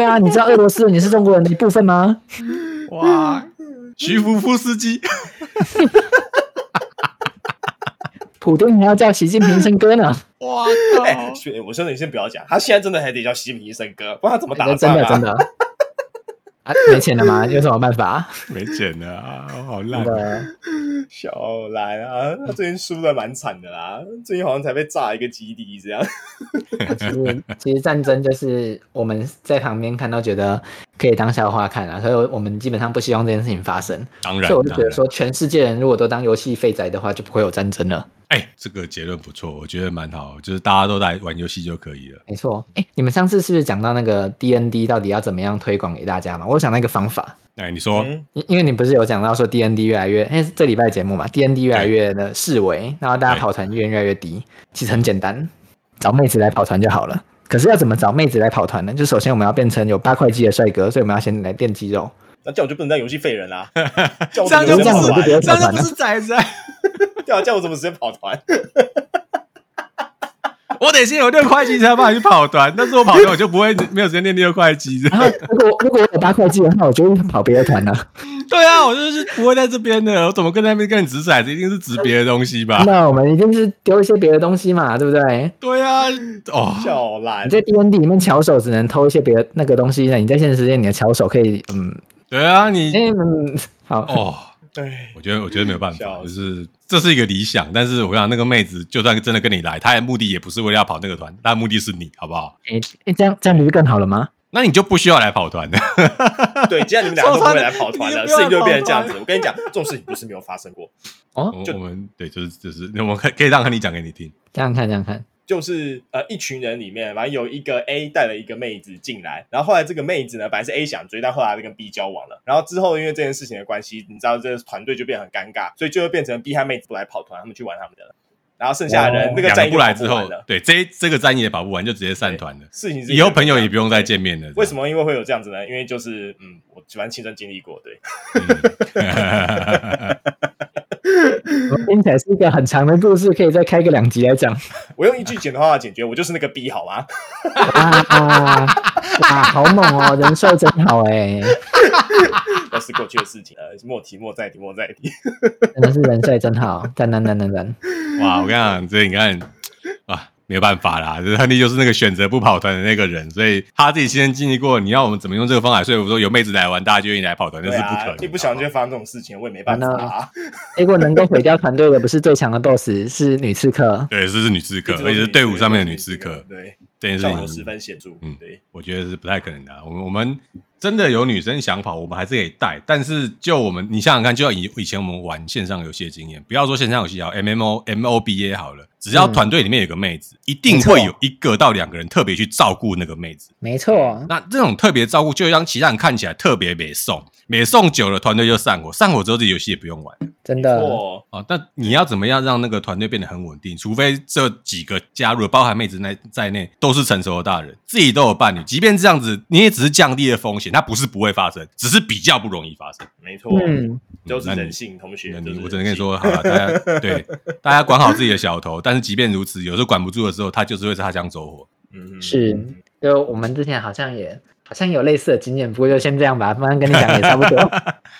Speaker 3: 啊，你知道俄罗斯人也是中国人的一部分吗？
Speaker 2: 哇，
Speaker 3: 嗯
Speaker 2: 徐福夫斯 基，
Speaker 3: 普丁还要叫习近平啊生哥呢，
Speaker 2: 哇
Speaker 1: 哎
Speaker 2: 靠，
Speaker 1: 学我说你先不要讲，他现在真的还得叫习近平医生哥，不然他怎么 打
Speaker 3: 真的哎
Speaker 1: 仗
Speaker 3: 真的
Speaker 1: 啊
Speaker 3: 真？的啊，没钱了吗？有什么办 法？
Speaker 2: 没剪了啊，好烂
Speaker 3: 真。的，
Speaker 1: 小兰啊，
Speaker 2: 嗯
Speaker 1: 他最近输的蛮惨的啦，最近好像才被炸一个基地这样。
Speaker 3: 其实其实战争就是我们在旁边看到觉得可以当笑话看啊，所以我们基本上不希望这件事情发生。
Speaker 2: 当
Speaker 3: 所
Speaker 2: 然，
Speaker 3: 以我就觉
Speaker 2: 当
Speaker 3: 得
Speaker 2: 然
Speaker 3: 说，全世界人如果都当游戏废宅的话，就不会有战争了。
Speaker 2: 哎、这个结论不错，我觉得蛮好，就是大家都来玩游戏就可以了。
Speaker 3: 没错，哎，你们上次是不是讲到那个 D N D 到底要怎么样推广给大家嘛？我想到一个方法，
Speaker 2: 哎、你说、
Speaker 1: 嗯，
Speaker 3: 因因为你不是有讲到说 D N D 越来越，因为是这礼拜节目嘛，D N D 越来越的视为，然后大家
Speaker 2: 对
Speaker 3: 跑团意愿越来越低，其实很简单，找妹子来跑团就好了。可是要怎么找妹子来跑团呢？就首先我们要变成有八块肌的帅哥，所以我们要先来练肌肉。
Speaker 1: 那这样我就不能当游戏废人 啦、叫我
Speaker 2: 这样就
Speaker 1: 怎
Speaker 2: 不
Speaker 1: 么直接跑
Speaker 3: 我就觉
Speaker 2: 是
Speaker 3: 得
Speaker 2: 这
Speaker 1: 团，
Speaker 2: 样就不是宅宅，
Speaker 1: 对啊，叫我怎么直接跑 团？
Speaker 2: 哦我得先有六块肌才有办法去跑团，但是我跑团我就不会没有时间练六块 肌的。
Speaker 3: 然后如果如果我有八块肌的话，我就会跑别的团了。
Speaker 2: 对啊，我就是不会在这边的，我怎么跟那边跟你掷骰子？一定是掷别的东西吧？
Speaker 3: 那我们一定是丢一些别的东西嘛，对不对？
Speaker 2: 对啊，哦，
Speaker 1: 小兰
Speaker 3: 你，在 D N D 里面巧手只能偷一些别的那个东西呢，你在现实世界你的巧手可以，嗯，
Speaker 2: 对啊，你
Speaker 3: 哎嗯，好，
Speaker 2: 哦。
Speaker 1: 对，
Speaker 2: 我觉得，我觉得没有办法，
Speaker 1: 笑
Speaker 2: 就
Speaker 1: 死
Speaker 2: 是这是一个理想，但是我想那个妹子，就算真的跟你来，她的目的也不是为了要跑那个团，她的目的是你，好不好？
Speaker 3: 哎、哎这样这样不是更好了吗？
Speaker 2: 那你就不需要来跑团的。
Speaker 1: 对，既然你们两个都不会来跑团
Speaker 2: 你
Speaker 1: 了，
Speaker 2: 不要
Speaker 1: 事情就会变成这样
Speaker 2: 跑
Speaker 1: 子。我跟你讲，这种事情不是没有发生过，
Speaker 2: 我我们对，就是就是，我们可以可以让你讲给你听。
Speaker 3: 这样看这样看，
Speaker 1: 就是呃，一群人里面，反正有一个 A 带了一个妹子进来，然后后来这个妹子呢，本来是 A 想追，但后来跟 B 交往了，然后之后因为这件事情的关系，你知道这个团队就变得很尴尬，所以就会变成 B 和妹子不来跑团，他们去玩他们的了，然后剩下的人那个
Speaker 2: 两
Speaker 1: 战
Speaker 2: 个不
Speaker 1: 役就
Speaker 2: 来
Speaker 1: 跑
Speaker 2: 之
Speaker 1: 完
Speaker 2: 后
Speaker 1: 了，
Speaker 2: 对这一这个战役也跑不完，就直接散团了。
Speaker 1: 事情是
Speaker 2: 以后朋友也
Speaker 1: 不。
Speaker 2: 不用再见面了。
Speaker 1: 啊为什么？因为会有这样子呢？因为就是嗯，我反正亲身经历过，对，
Speaker 2: 这嗯 样？
Speaker 3: 我听起来是一个很长的故事，可以再开个两集来讲。
Speaker 1: 我用一句简单话解决，我就是那个 B 好吗？
Speaker 3: 哇哇，好猛哦，人帅真好哎、
Speaker 1: 那是过去的事情，呃，莫提莫再提莫再提。
Speaker 3: 真的是人帅真好，赞赞赞赞赞。
Speaker 2: 哇！我跟你 讲，这你看啊，没有办法啦，这亨利就是那个选择不跑团的那个人，所以他自己先经历过，你要我们怎么用这个方法？所以我说有妹子来玩，大家就愿意来跑团，那
Speaker 1: 对
Speaker 2: 是不可
Speaker 1: 啊
Speaker 2: 能，。
Speaker 1: 你不想
Speaker 2: 好
Speaker 1: 就会
Speaker 2: 不好
Speaker 1: 发生这种事情，我也没办法啊。
Speaker 3: 结果能够毁掉团队的不是最强的 BOSS，是女刺客。
Speaker 2: 对，这是女刺客，
Speaker 1: 一直都
Speaker 2: 而且是队伍上面的女
Speaker 1: 女
Speaker 2: 刺客，
Speaker 1: 对，
Speaker 2: 这件事
Speaker 1: 效
Speaker 2: 情
Speaker 1: 果十分显著
Speaker 2: 嗯。
Speaker 1: 对，
Speaker 2: 我觉得是不太可能的啊、我们我们真的有女生想跑，我们还是可以带。但是就我们，你想想看，就像以以前我们玩线上游戏的经验，不要说线上游戏好，M M O M O B A 好了，只要
Speaker 1: 嗯
Speaker 2: 团队里面有个妹子，一定会有一个到两个人特别去照顾那个妹子。
Speaker 3: 没错，
Speaker 2: 那这种特别照顾，就让其他人看起来特别美送，美送久了，团队就散伙，散伙之后，这游戏也不用玩了
Speaker 3: 真
Speaker 1: 没
Speaker 3: 的。
Speaker 1: 错，哦
Speaker 2: 啊。但你要怎么样让那个团队变得很稳定？除非这几个加入，包含妹子在在内，都是成熟的大人，自己都有伴侣。即便这样子，你也只是降低了风险，它不是不会发生，只是比较不容易发生。
Speaker 1: 没错，哦
Speaker 3: 嗯，
Speaker 1: 就是
Speaker 2: 那你
Speaker 1: 人性，同学
Speaker 2: 那。
Speaker 1: 就
Speaker 2: 你
Speaker 1: 是
Speaker 2: 我只能跟你
Speaker 1: 人性，
Speaker 2: 说，好了，大家对大家管好自己的小头。但是即便如此，有时候管不住的时候，他就是会擦枪走 火。
Speaker 1: 嗯，
Speaker 3: 是
Speaker 1: 嗯
Speaker 3: 就我们之前好像也好像有类似的经验，不过就先这样吧，不然跟你讲也差不 多。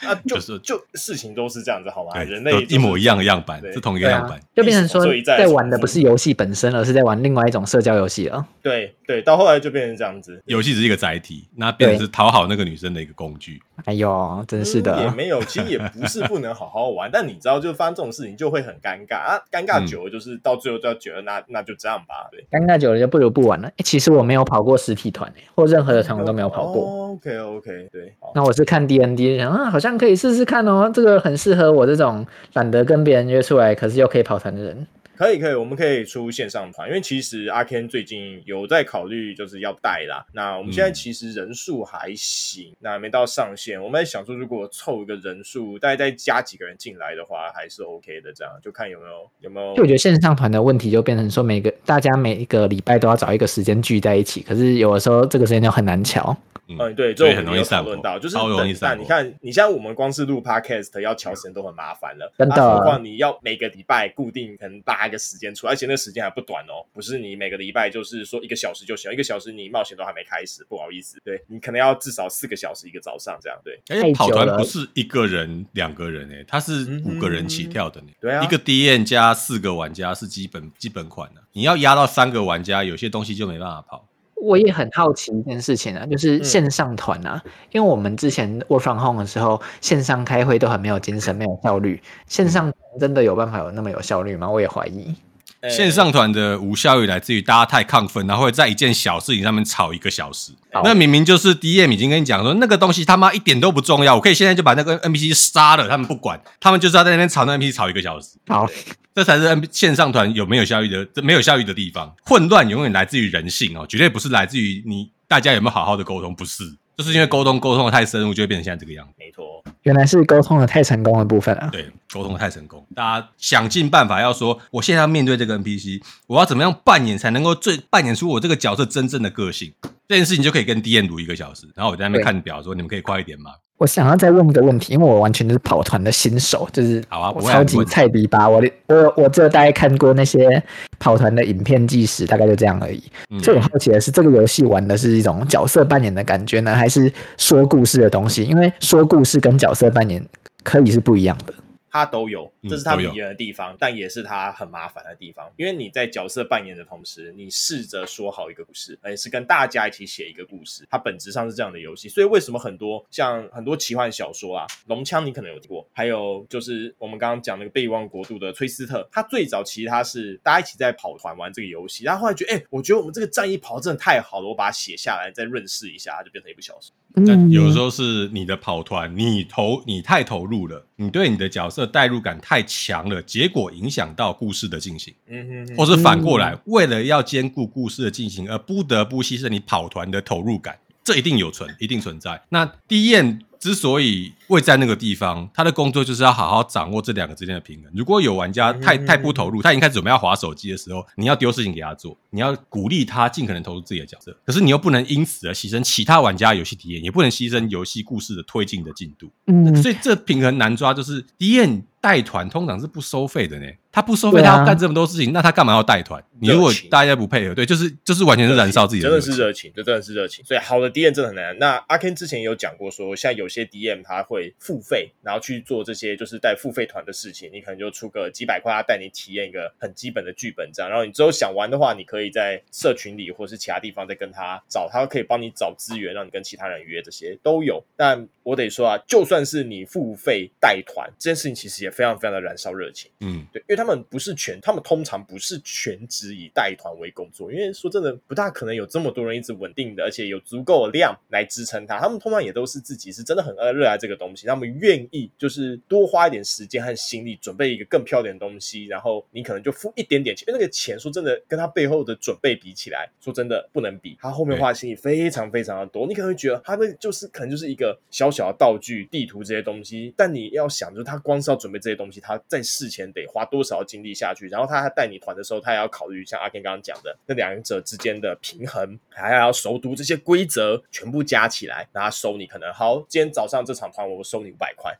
Speaker 1: 啊，就
Speaker 2: 就是
Speaker 1: 就事情都是这样子，好吗？
Speaker 2: 对，
Speaker 1: 啊人
Speaker 2: 都
Speaker 1: 类
Speaker 2: 一模一样的
Speaker 1: 样。
Speaker 2: 样板，
Speaker 1: 对
Speaker 2: 是同一个
Speaker 3: 对
Speaker 2: 样
Speaker 3: 啊
Speaker 2: 板。，
Speaker 3: 就变成说
Speaker 1: 所以再
Speaker 3: 在玩的不是游戏本身，而是在玩另外一种社交游戏了。
Speaker 1: 对对，到后来就变成这样子，
Speaker 2: 游戏只是一个载体，那变成是讨好那个女生的一个工具。
Speaker 3: 哎呦，真是
Speaker 1: 嗯也
Speaker 3: 的，啊
Speaker 1: 没有，其实也不是不能好好玩，但你知道，就发生这种事情就会很尴尬啊，尴
Speaker 2: 嗯
Speaker 1: 尬久了就是到最后就要觉得那那就这样吧，对，
Speaker 3: 尴尬久了就不如不玩了。哎，其实我没有跑过实体团、欸，或任何的团我都没有跑过。
Speaker 1: OK OK，对，好，
Speaker 3: 那我是看 D N D，想啊，好像可以试试看哦，这个很适合我这种懒得跟别人约出来，可是又可以跑团的人。
Speaker 1: 可以可以，我们可以出线上团，因为其实阿 Ken 最近有在考虑就是要带啦。那我们现在
Speaker 2: 嗯
Speaker 1: 其实人数还行，那没到上限，我们在想说如果凑一个人数，大概再加几个人进来的话，还是 OK 的，这样就看有没有有没有
Speaker 3: 就我觉得线上团的问题就变成说，每个大家每一个礼拜都要找一个时间聚在一起，可是有的时候这个时间就很难瞧。
Speaker 1: 嗯，对，这
Speaker 2: 所以
Speaker 1: 我
Speaker 2: 很
Speaker 1: 们
Speaker 2: 容
Speaker 1: 也
Speaker 2: 易
Speaker 1: 有
Speaker 2: 散
Speaker 1: 讨
Speaker 2: 播
Speaker 1: 论到，就是
Speaker 2: 超容易
Speaker 1: 等
Speaker 2: 散
Speaker 1: 但
Speaker 2: 播。
Speaker 1: 你看，你现在我们光是录 podcast 要调时间都很麻烦了，
Speaker 3: 真的
Speaker 1: 那何况你要每个礼拜固定可能拉一个时间出来，而且那个时间还不短哦，不是你每个礼拜就是说一个小时就行，一个小时你冒险都还没开始，不好意思，对你可能要至少四个小时一个早上这样，对
Speaker 2: 而
Speaker 3: 太
Speaker 2: 且哎
Speaker 3: 久
Speaker 2: 跑团
Speaker 3: 了
Speaker 2: 不是一个人、两个人诶、哎它是
Speaker 1: 嗯
Speaker 2: 五个人起跳的呢、
Speaker 1: 对啊
Speaker 2: 一个 DN 加四个玩家是基本基本款的、啊你要压到三个玩家，有些东西就没办法跑。
Speaker 3: 我也很好奇一件事情啊，就是
Speaker 1: 嗯
Speaker 3: 线上团啊，因为我们之前 work from home 的时候，线上开会都很没有精神、没有效率。线上团真的有办法有那么有效率吗？我也怀疑。，
Speaker 1: 呃
Speaker 2: 线上团的无效率来自于大家太亢奋，然后会在一件小事情上面吵一个小时
Speaker 3: 好。
Speaker 2: 那明明就是 DM 已经跟你讲说那个东西他妈一点都不重要，我可以现在就把那个 NPC 杀了，他们不管，他们就是要在那边吵那 NPC 吵一个小时。
Speaker 3: 好，
Speaker 2: 这才是 N 线上团有没有效率的，这没有效率的地方。混乱永远来自于人性哦，绝对不是来自于你大家有没有好好的沟通，不是，就是因为沟通沟通的太深入，就会变成现在这个样子。
Speaker 1: 没错，
Speaker 3: 原来是沟通的太成功的部分啊。
Speaker 2: 对，沟通得太成功，大家想尽办法要说，我现在要面对这个 NPC，我要怎么样扮演才能够最扮演出我这个角色真正的个性？这件事情就可以跟 D N 读一个小时，然后我在那边
Speaker 3: 对
Speaker 2: 看表说，你们可以快一点吗？
Speaker 3: 我想要再问一个问题，因为我完全就是跑团的新手，就是
Speaker 2: 好啊
Speaker 3: 我
Speaker 2: 不会啊
Speaker 3: 超
Speaker 2: 你
Speaker 3: 级
Speaker 2: 问
Speaker 3: 菜逼吧，我我我只有大概看过那些跑团的影片纪实，大概就这样而已。
Speaker 2: 嗯
Speaker 3: 所以我好奇的是，这个游戏玩的是一种角色扮演的感觉呢，还是说故事的东西？因为说故事跟角色扮演可以是不一样的。
Speaker 1: 他都有，
Speaker 2: 嗯
Speaker 1: 这是他
Speaker 2: 都
Speaker 1: 迷
Speaker 2: 有
Speaker 1: 人的地方，但也是他很麻烦的地方。因为你在角色扮演的同时，你试着说好一个故事，而且是跟大家一起写一个故事，它本质上是这样的游戏。所以为什么很多像很多奇幻小说啊，《龙枪》你可能有听过，还有就是我们刚刚讲那个被遗忘国度的崔斯特，他最早其实他是大家一起在跑团玩这个游戏，然后后来觉得，哎、我觉得我们这个战役跑得真的太好了，我把它写下来再润饰一下，它就变成一部小说。
Speaker 2: 但有时候是你的跑团，你投你太投入了，你对你的角色代入感太强了，结果影响到故事的进行，
Speaker 1: 嗯哼哼
Speaker 2: 或是反过来，为了要兼顾故事的进行，而不得不牺牲你跑团的投入感，这一定有存，一定存在。那第一燕之所以会在那个地方，他的工作就是要好好掌握这两个之间的平衡。如果有玩家太
Speaker 1: 嗯
Speaker 2: 太不投入，他已经开始准备要划手机的时候，你要丢事情给他做，你要鼓励他尽可能投入自己的角色，可是你又不能因此而牺牲其他玩家的游戏体验，也不能牺牲游戏故事的推进的进度。
Speaker 3: 嗯，
Speaker 2: 所以这平衡难抓，就是 D N 带团通常是不收费的呢，他不收费，
Speaker 3: 对啊
Speaker 2: 他要干这么多事情，那他干嘛要带团？你如果
Speaker 1: 热情
Speaker 2: 大家不配合，对，就是就是完全是燃烧自己的热
Speaker 1: 真的
Speaker 2: 情，
Speaker 1: 是热情，这真的是热情。所以好的 DM 真的很难。那阿 Ken 之前也有讲过说，现在有些 DM 他会付费，然后去做这些就是带付费团的事情，你可能就出个几百块，他带你体验一个很基本的剧本这样。然后你之后想玩的话，你可以在社群里或是其他地方再跟他找，他可以帮你找资源，让你跟其他人约，这些都有。但我得说啊，就算是你付费带团这件事情，其实也非常非常的燃烧热情。
Speaker 2: 嗯，
Speaker 1: 对，因为他们不是全，他们通常不是全职以带团为工作，因为说真的，不大可能有这么多人一直稳定的，而且有足够的量来支撑它。他们通常也都是自己是真的很热爱这个东西，他们愿意就是多花一点时间和心力准备一个更漂亮的东西，然后你可能就付一点点钱，因为那个钱说真的，跟他背后的准备比起来，说真的不能比。他后面花的心力非常非常的多，你可能会觉得他们就是可能就是一个小小的道具、地图这些东西，但你要想，就是他光是要准备这些东西，他在事前得花多少精力下去，然后他带你团的时候，他也要考虑像阿 Ken 刚刚讲的那两者之间的平衡，还要熟读这些规则，全部加起来，然后他收你可能好，今天早上这场团我收你五百块，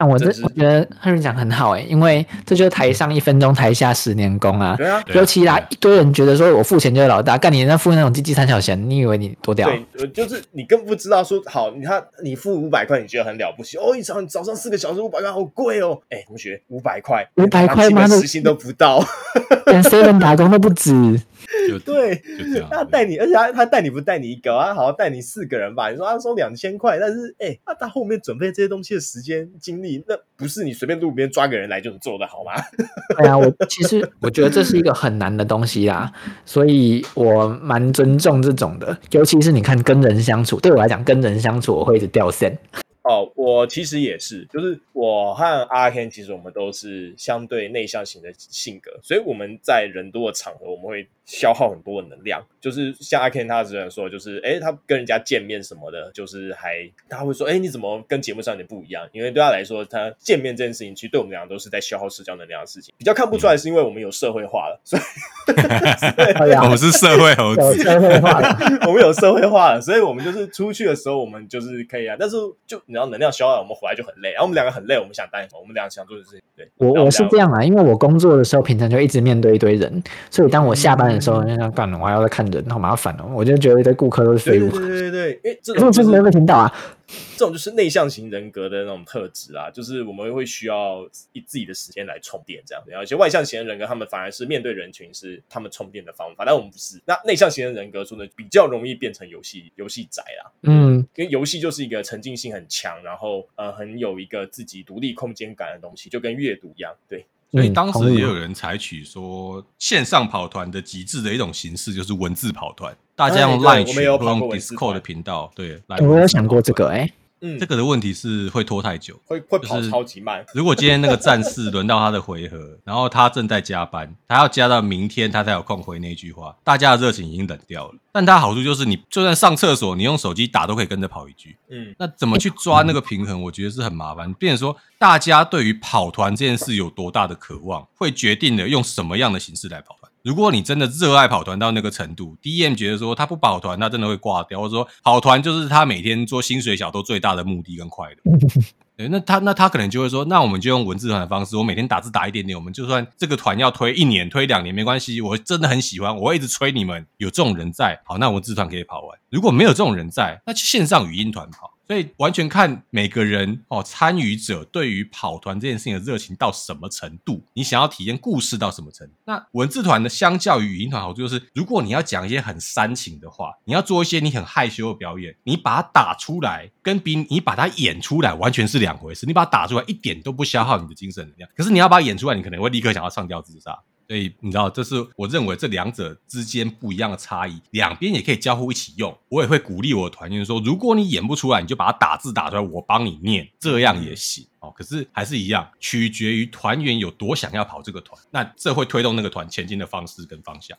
Speaker 3: 那我这
Speaker 1: 真是
Speaker 3: 我觉得赫瑞讲得很好哎、因为这就是台上一分钟，台下十年功啊。
Speaker 1: 对啊，
Speaker 2: 对啊
Speaker 3: 尤其啦，一堆人觉得说我付钱就是老大，干你那付那种鸡鸡三小钱，你以为你多屌？
Speaker 1: 对，呃就是你更不知道说，好，你看你付五百块，你觉得很了不起哦，一早早上四个小时五百块，好贵哦。哎，同学，五百块，
Speaker 3: 500块
Speaker 1: 连
Speaker 3: 妈的
Speaker 1: 时薪都不 到。
Speaker 3: 连 seven 打工都不 止。
Speaker 2: 就
Speaker 1: 对，
Speaker 2: 就这 样
Speaker 1: 他。带你，而且他他带你不带你一个，啊他好像带你四个人吧？你说他收两千块，但是哎，那、他后面准备这些东西的时间精力，那不是你随便路边抓个人来就能做的好吗？
Speaker 3: 对啊，我其实 我觉得这是一个很难的东西啦，所以我蛮 尊重这种的，尤其是你看跟人相处，对我来讲，跟人相处我会一直掉线，
Speaker 1: 哦，我其实也是，就是我和阿 Ken，其实我们都是相对内向型的性格，所以我们在人多的场合，我们会消耗很多的能量。就是像阿 Ken 他之前说，就是诶，他跟人家见面什么的，就是还他会说，诶，你怎么跟节目上有点不一样？因为对他来说，他见面这件事情，其实对我们俩都是在消耗社交能量的事情。比较看不出来，是因为我们有社会化了，所以
Speaker 3: 哎呀
Speaker 2: 我，们是社会猴
Speaker 3: 有
Speaker 2: 子，
Speaker 3: 社会 化了，
Speaker 1: 我们有社会化了，所以我们就是出去的时候，我们就是可以啊。但是就你知道能量消耗完，我们回来就很累。然后我们两个很累，我们想干什么？我们两个想做的事情，对。
Speaker 3: 我
Speaker 1: 然后
Speaker 3: 我是
Speaker 1: 们
Speaker 3: 这
Speaker 1: 俩
Speaker 3: 样啊，因为我工作的时候平常就一直面对一堆人，所以当我下班的时候，那想干了，我还要再看人，好麻烦哦。我就觉得一堆顾客都是
Speaker 1: 对
Speaker 3: 废
Speaker 1: 对
Speaker 3: 物，
Speaker 1: 对对对对，因为这
Speaker 3: 可是
Speaker 1: 种
Speaker 3: 我
Speaker 1: 就
Speaker 3: 就
Speaker 1: 是是
Speaker 3: 没被听到啊。
Speaker 1: 这种就是内向型人格的那种特质啊，就是我们会需要以自己的时间来充电这样子。然后一些外向型的人格，他们反而是面对人群是他们充电的方法，但我们不是。那内向型的人格说呢，比较容易变成游戏游戏宅啦。
Speaker 3: 嗯，
Speaker 1: 因为游戏就是一个沉浸性很强，然后呃很有一个自己独立空间感的东西，就跟阅读一样。对，
Speaker 2: 所以
Speaker 3: 嗯
Speaker 2: 当
Speaker 3: 同
Speaker 2: 时
Speaker 3: 意
Speaker 2: 也有人采取说线上跑团的极致的一种形式，就是文字跑团，大家
Speaker 1: 哎
Speaker 2: 用
Speaker 1: 对
Speaker 2: Line
Speaker 1: 我
Speaker 2: 群
Speaker 1: 们有
Speaker 2: 或
Speaker 1: 跑
Speaker 2: 用
Speaker 1: 过文字
Speaker 2: Discord
Speaker 1: 团
Speaker 2: 的频道，对，来
Speaker 3: 我
Speaker 2: 文
Speaker 3: 有
Speaker 2: 字
Speaker 3: 想
Speaker 2: 跑
Speaker 3: 过这
Speaker 2: 团
Speaker 3: 个哎、
Speaker 1: 嗯
Speaker 2: 这，个的问题是会拖太久。
Speaker 1: 会会
Speaker 2: 就
Speaker 1: 跑
Speaker 2: 是
Speaker 1: 超级慢。
Speaker 2: 如果今天那个战士轮到他的回合， 然后他正在加班，他要加到明天他才有空回那句话，大家的热情已经冷掉了。但它好处就是你就算上厕所，你用手机打都可以跟着跑一句。
Speaker 1: 嗯，
Speaker 2: 那怎么去抓那个平衡？我觉得是很麻烦。变成说，大家对于跑团这件事有多大的渴望，会决定了用什么样的形式来跑团。如果你真的热爱跑团到那个程度，DM 觉得说他不跑团，他真的会挂掉，或者说跑团就是他每天做薪水小偷最大的目的跟快乐。对，那他那他可能就会说，那我们就用文字团的方式，我每天打字打一点点，我们就算这个团要推一年、推两年没关系，我真的很喜欢，我会一直催你们。有这种人在，好，那文字团可以跑完；如果没有这种人在，那去线上语音团跑。所以完全看每个人哦，参与者对于跑团这件事情的热情到什么程度，你想要体验故事到什么程度。那文字团呢，相较于语音团好处就是，如果你要讲一些很煽情的话，你要做一些你很害羞的表演，你把它打出来，跟比你把它演出来完全是两回事。你把它打出来一点都不消耗你的精神能量，可是你要把它演出来，你可能会立刻想要上吊自杀。所以你知道，这是我认为这两者之间不一样的差异，两边也可以交互一起用。我也会鼓励我的团员说，如果你演不出来，你就把它打字打出来，我帮你念，这样也行哦。可是还是一样，取决于团员有多想要跑这个团，那这会推动那个团前进的方式跟方向。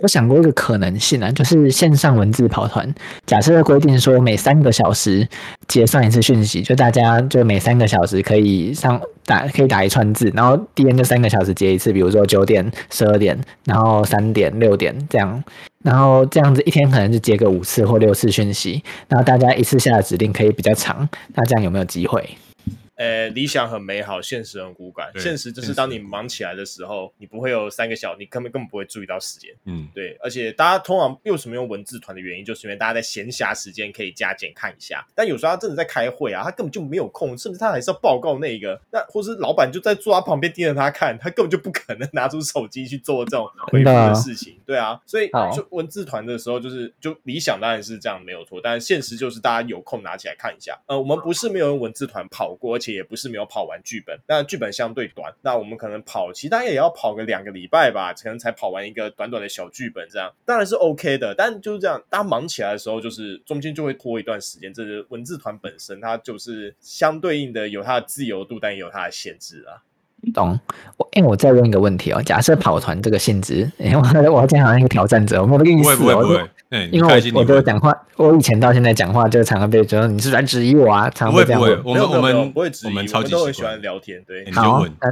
Speaker 3: 我想过一个可能性啊，就是线上文字跑团，假设规定说每三个小时结算一次讯息，就大家就每三个小时可以上打可以打一串字，然后 D N 就三个小时结一次，比如说九点、十二点，然后三点、六点这样，然后这样子一天可能就结个五次或六次讯息，然后大家一次下的指令可以比较长，那这样有没有机会？
Speaker 1: 呃，理想很美好，现实很骨感。
Speaker 2: 对
Speaker 1: 现实就是
Speaker 2: 现实
Speaker 1: 当你
Speaker 2: 很骨
Speaker 1: 忙起来的时候，你不会有三个小，你根本根本不会注意到时间。
Speaker 2: 嗯，
Speaker 1: 对，而且大家通常为什么用文字团的原因，就是因为大家在闲暇时间可以加减看一下。但有时候他真的在开会啊，他根本就没有空，甚至他还是要报告那个，那或是老板就在坐他旁边盯着他看，他根本就不可能拿出手机去做这种回复的事情。对啊，所以
Speaker 3: 好
Speaker 1: 就文字团的时候，就是就理想当然是这样没有错，但现实就是大家有空拿起来看一下。呃，我们不是没有用文字团跑过，而且也不是没有跑完剧本，但剧本相对短，那我们可能跑，其实大概也要跑个两个礼拜吧，可能才跑完一个短短的小剧本，这样当然是 OK 的。但就是这样，大家忙起来的时候，就是中间就会拖一段时间。这是文字团本身，它就是相对应的有它的自由度，但也有它的限制啊。
Speaker 3: 懂。我哎、我再问一个问题哦，假设跑团这个性质，哎、我我要这样好像一个挑战者，我没有跟你
Speaker 2: 不会
Speaker 3: 死
Speaker 2: 不会
Speaker 3: 哦
Speaker 2: 不
Speaker 3: 就
Speaker 2: 会，哎，你
Speaker 3: 因为
Speaker 2: 开心
Speaker 3: 我
Speaker 2: 你
Speaker 3: 我的
Speaker 2: 会。
Speaker 3: 讲话，我以前到现在讲话就常常被说你是不是来质疑我啊，常
Speaker 2: 不
Speaker 3: 常被
Speaker 2: 会
Speaker 3: 这样
Speaker 2: 不会
Speaker 3: 问，。
Speaker 2: 我们
Speaker 1: 没有
Speaker 2: 我
Speaker 1: 没有没有
Speaker 2: 们
Speaker 1: 不会质
Speaker 2: 我
Speaker 1: 疑，我
Speaker 2: 们超级
Speaker 1: 都很
Speaker 2: 习
Speaker 1: 喜欢
Speaker 2: 惯，
Speaker 1: 聊天，对
Speaker 2: 哎你，就
Speaker 3: 好
Speaker 2: 问，，
Speaker 3: 那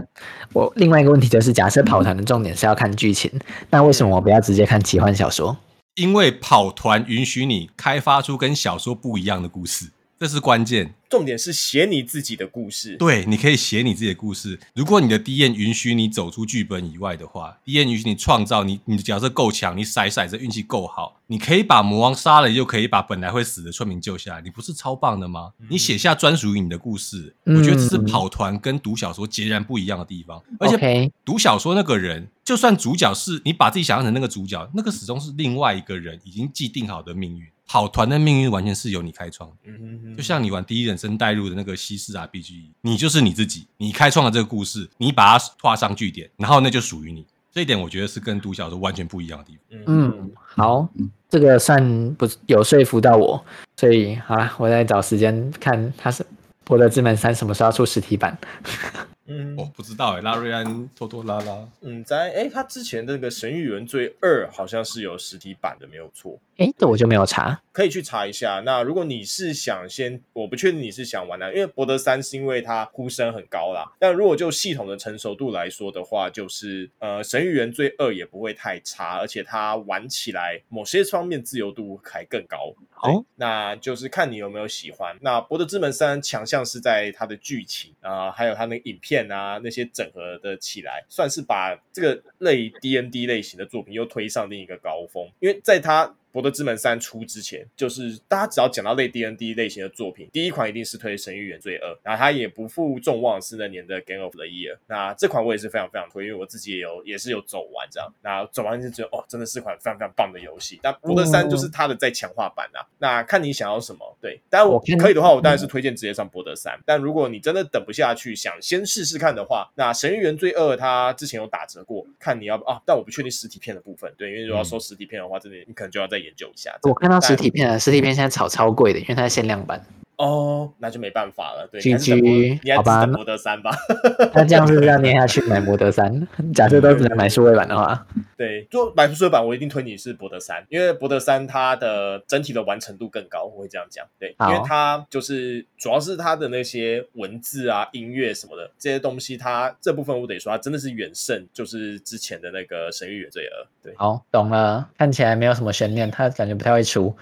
Speaker 3: 我另外一个问题就是，假设跑团的重点是要看剧情，那为什么我不要直接看奇幻小说？
Speaker 2: 因为跑团允许你开发出跟小说不一样的故事，这是关键。
Speaker 1: 重点是写你自己的故事。
Speaker 2: 对，你可以写你自己的故事。如果你的 D N 允许你走出剧本以外的话，D N 允许你创造你你的角色够强，你骰骰子运气够好，你可以把魔王杀了，又可以把本来会死的村民救下来，你不是超棒的吗？你写下专属于你的故事，我觉得这是
Speaker 3: 嗯
Speaker 2: 跑团跟读小说截然不一样的地方。而且
Speaker 3: OK，
Speaker 2: 读小说那个人，就算主角是你把自己想象成那个主角，那个始终是另外一个人已经既定好的命运。跑团的命运完全是由你开创的。
Speaker 1: 嗯，
Speaker 2: 就像你玩第一人称带入的那个西式 RPG，你 E，就是你自己，你开创了这个故事，你把它画上句点，然后那就属于你。这一点我觉得是跟读小说完全不一样的地方。
Speaker 3: 嗯，好，这个算不有说服到我，所以好啦，我再找时间看他是博德之门三什么时候要出实体版？
Speaker 1: 嗯
Speaker 2: 我不知道哎，拉瑞安拖拖拉拉，
Speaker 1: 嗯，在哎，他之前那个《神与原罪二》好像是有实体版的，没有错。
Speaker 3: 诶，这我就没有查。
Speaker 1: 可以去查一下。那如果你是想先，我不确定你是想玩哪，因为博德三是因为它呼声很高啦。但如果就系统的成熟度来说的话，就是呃，《神与原罪二》也不会太差，而且它玩起来某些方面自由度还更高。
Speaker 3: 好
Speaker 1: 对那就是看你有没有喜欢。那《博德之门三》强项是在它的剧情啊、还有它那个影片啊那些整合的起来，算是把这个类 D N D 类型的作品又推上另一个高峰。因为在它《博德之门三》出之前，就是大家只要讲到类 D N D 类型的作品，第一款一定是推《神域原罪二》，然后它也不负众望是那年的 Game of the Year。那这款我也是非常非常推，因为我自己也有也是有走完这样，那走完就觉得哦，真的是款非常非常棒的游戏。但《博德三》就是它的在强化版啊，那看你想要什么。对，当然我
Speaker 3: 我看嗯
Speaker 1: 可以的话，我当然是推荐直接上《博德三》，但如果你真的等不下去，想先试试看的话，那《神域原罪二》它之前有打折过，看你要不啊，但我不确定实体片的部分，对，因为
Speaker 3: 嗯
Speaker 1: 如果要收实体片的话，真的你可能就要再研究一下。
Speaker 3: 我看到实体片了，实体片现在炒超贵的，因为它是限量版。
Speaker 1: 哦，那就没办法了。对，
Speaker 3: GG
Speaker 1: 你还是等博你还是
Speaker 3: 好吧
Speaker 1: 等博德三吧。
Speaker 3: 那这样是不是要捏下去买摩德三？假设都只能买数位版的话，
Speaker 1: 对，做买出水版，我一定推你是博德三，因为博德三它的整体的完成度更高，我会这样讲。对，因
Speaker 3: 好
Speaker 1: 为它就是主要是它的那些文字啊、音乐什么的这些东西它，这部分我得说，它真的是远胜就是之前的那个《神域原罪二》。对，
Speaker 3: 好懂了。看起来没有什么悬念，它感觉不太会出。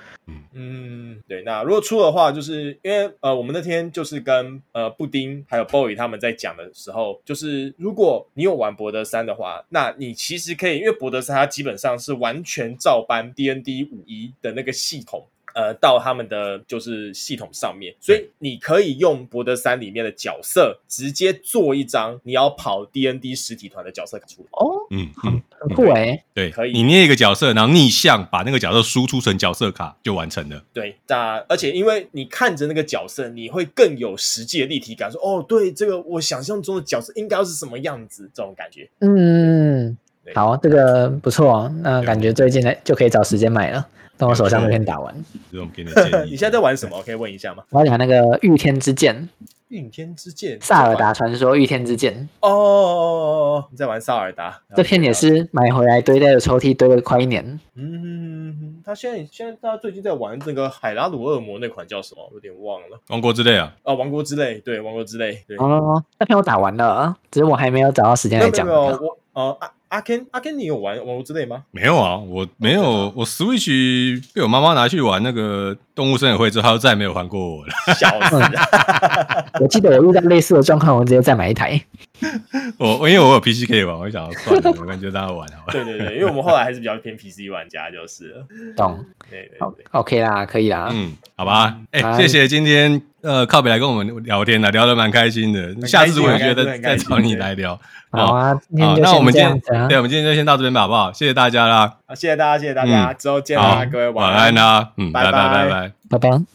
Speaker 1: 嗯，对。那如果出的话，就是因为呃，我们那天就是跟呃布丁还有 boy 他们在讲的时候，就是如果你有玩博德三的话，那你其实可以，因为博德三它基本上是完全照搬 D N D 五一的那个系统。呃，到他们的就是系统上面，所以你可以用博德三里面的角色直接做一张你要跑 D N D 实体团的角色卡出来。
Speaker 3: 哦，
Speaker 2: 嗯嗯，
Speaker 3: 很酷欸诶。
Speaker 2: 对，
Speaker 1: 可以
Speaker 2: 你捏一个角色，然后逆向把那个角色输出成角色卡就完成了。
Speaker 1: 对，那而且因为你看着那个角色，你会更有实际的立体感，说哦，对，这个我想象中的角色应该要是什么样子，这种感觉。
Speaker 3: 嗯
Speaker 1: 对，
Speaker 3: 好，这个不错。哦那感觉最近呢就可以找时间买了，等我手上这边打完。
Speaker 2: 这是我们给 你的建议。
Speaker 1: 你现在在玩什么？可以问一下吗？
Speaker 3: 我要讲那个《御天之剑》，《
Speaker 1: 应天之剑，
Speaker 3: 萨尔达传说》《御天之剑》
Speaker 1: 哦哦，哦你在玩萨尔达？
Speaker 3: 这片也，是买回来堆在的抽屉堆了快一年。
Speaker 1: 嗯，他现在现在大家最近在玩那个海拉鲁恶魔那款叫什么？我有点忘了。
Speaker 2: 王国之泪啊，
Speaker 1: 啊，王国之泪，对，王国之泪，对。
Speaker 3: 哦，那片我打完了，只是我还没有找到时间
Speaker 1: 没有
Speaker 3: 来
Speaker 1: 没有
Speaker 3: 讲
Speaker 1: 没
Speaker 3: 它。
Speaker 1: 有，我呃阿阿 Ken 阿 Ken，你有玩王国之泪吗？
Speaker 2: 没有啊，我没有，我 Switch 被我妈妈拿去玩那个《动物森友会》之后，她就再也没有还过我了。
Speaker 1: 小子，
Speaker 3: 我记得我遇到类似的状况，我直接再买一台。
Speaker 2: 我我因为我有 PC 可以玩，我就想要算了，我感觉大家玩好了。
Speaker 1: 对对对，因为我们后来还是比较偏 PC 玩家，就是了。
Speaker 3: 懂
Speaker 1: 对对
Speaker 3: 好
Speaker 1: 对，
Speaker 3: ，OK 啦，可以啦。
Speaker 2: 嗯，好吧，哎、
Speaker 3: 好
Speaker 2: 谢谢今天呃靠北来跟我们聊天啊了，聊得蛮开心啊的。下次我也觉得
Speaker 1: 很
Speaker 2: 再
Speaker 1: 开心
Speaker 2: 找你来聊。
Speaker 3: 好啊，今天
Speaker 2: 好，
Speaker 3: 就
Speaker 2: 那我
Speaker 3: 先
Speaker 2: 们
Speaker 3: 这
Speaker 2: 今
Speaker 3: 样
Speaker 2: 天
Speaker 3: 子啊
Speaker 2: 对，。我们今天就先到这边吧，好不好？谢谢大家啦，
Speaker 1: 好，谢谢大家，谢谢大家，
Speaker 2: 嗯
Speaker 1: 之后见
Speaker 2: 好
Speaker 1: 啦，各位
Speaker 2: 晚
Speaker 1: 安
Speaker 2: 安啦，嗯，拜
Speaker 1: 拜
Speaker 2: 拜
Speaker 1: 拜
Speaker 2: 拜拜。
Speaker 3: 拜拜。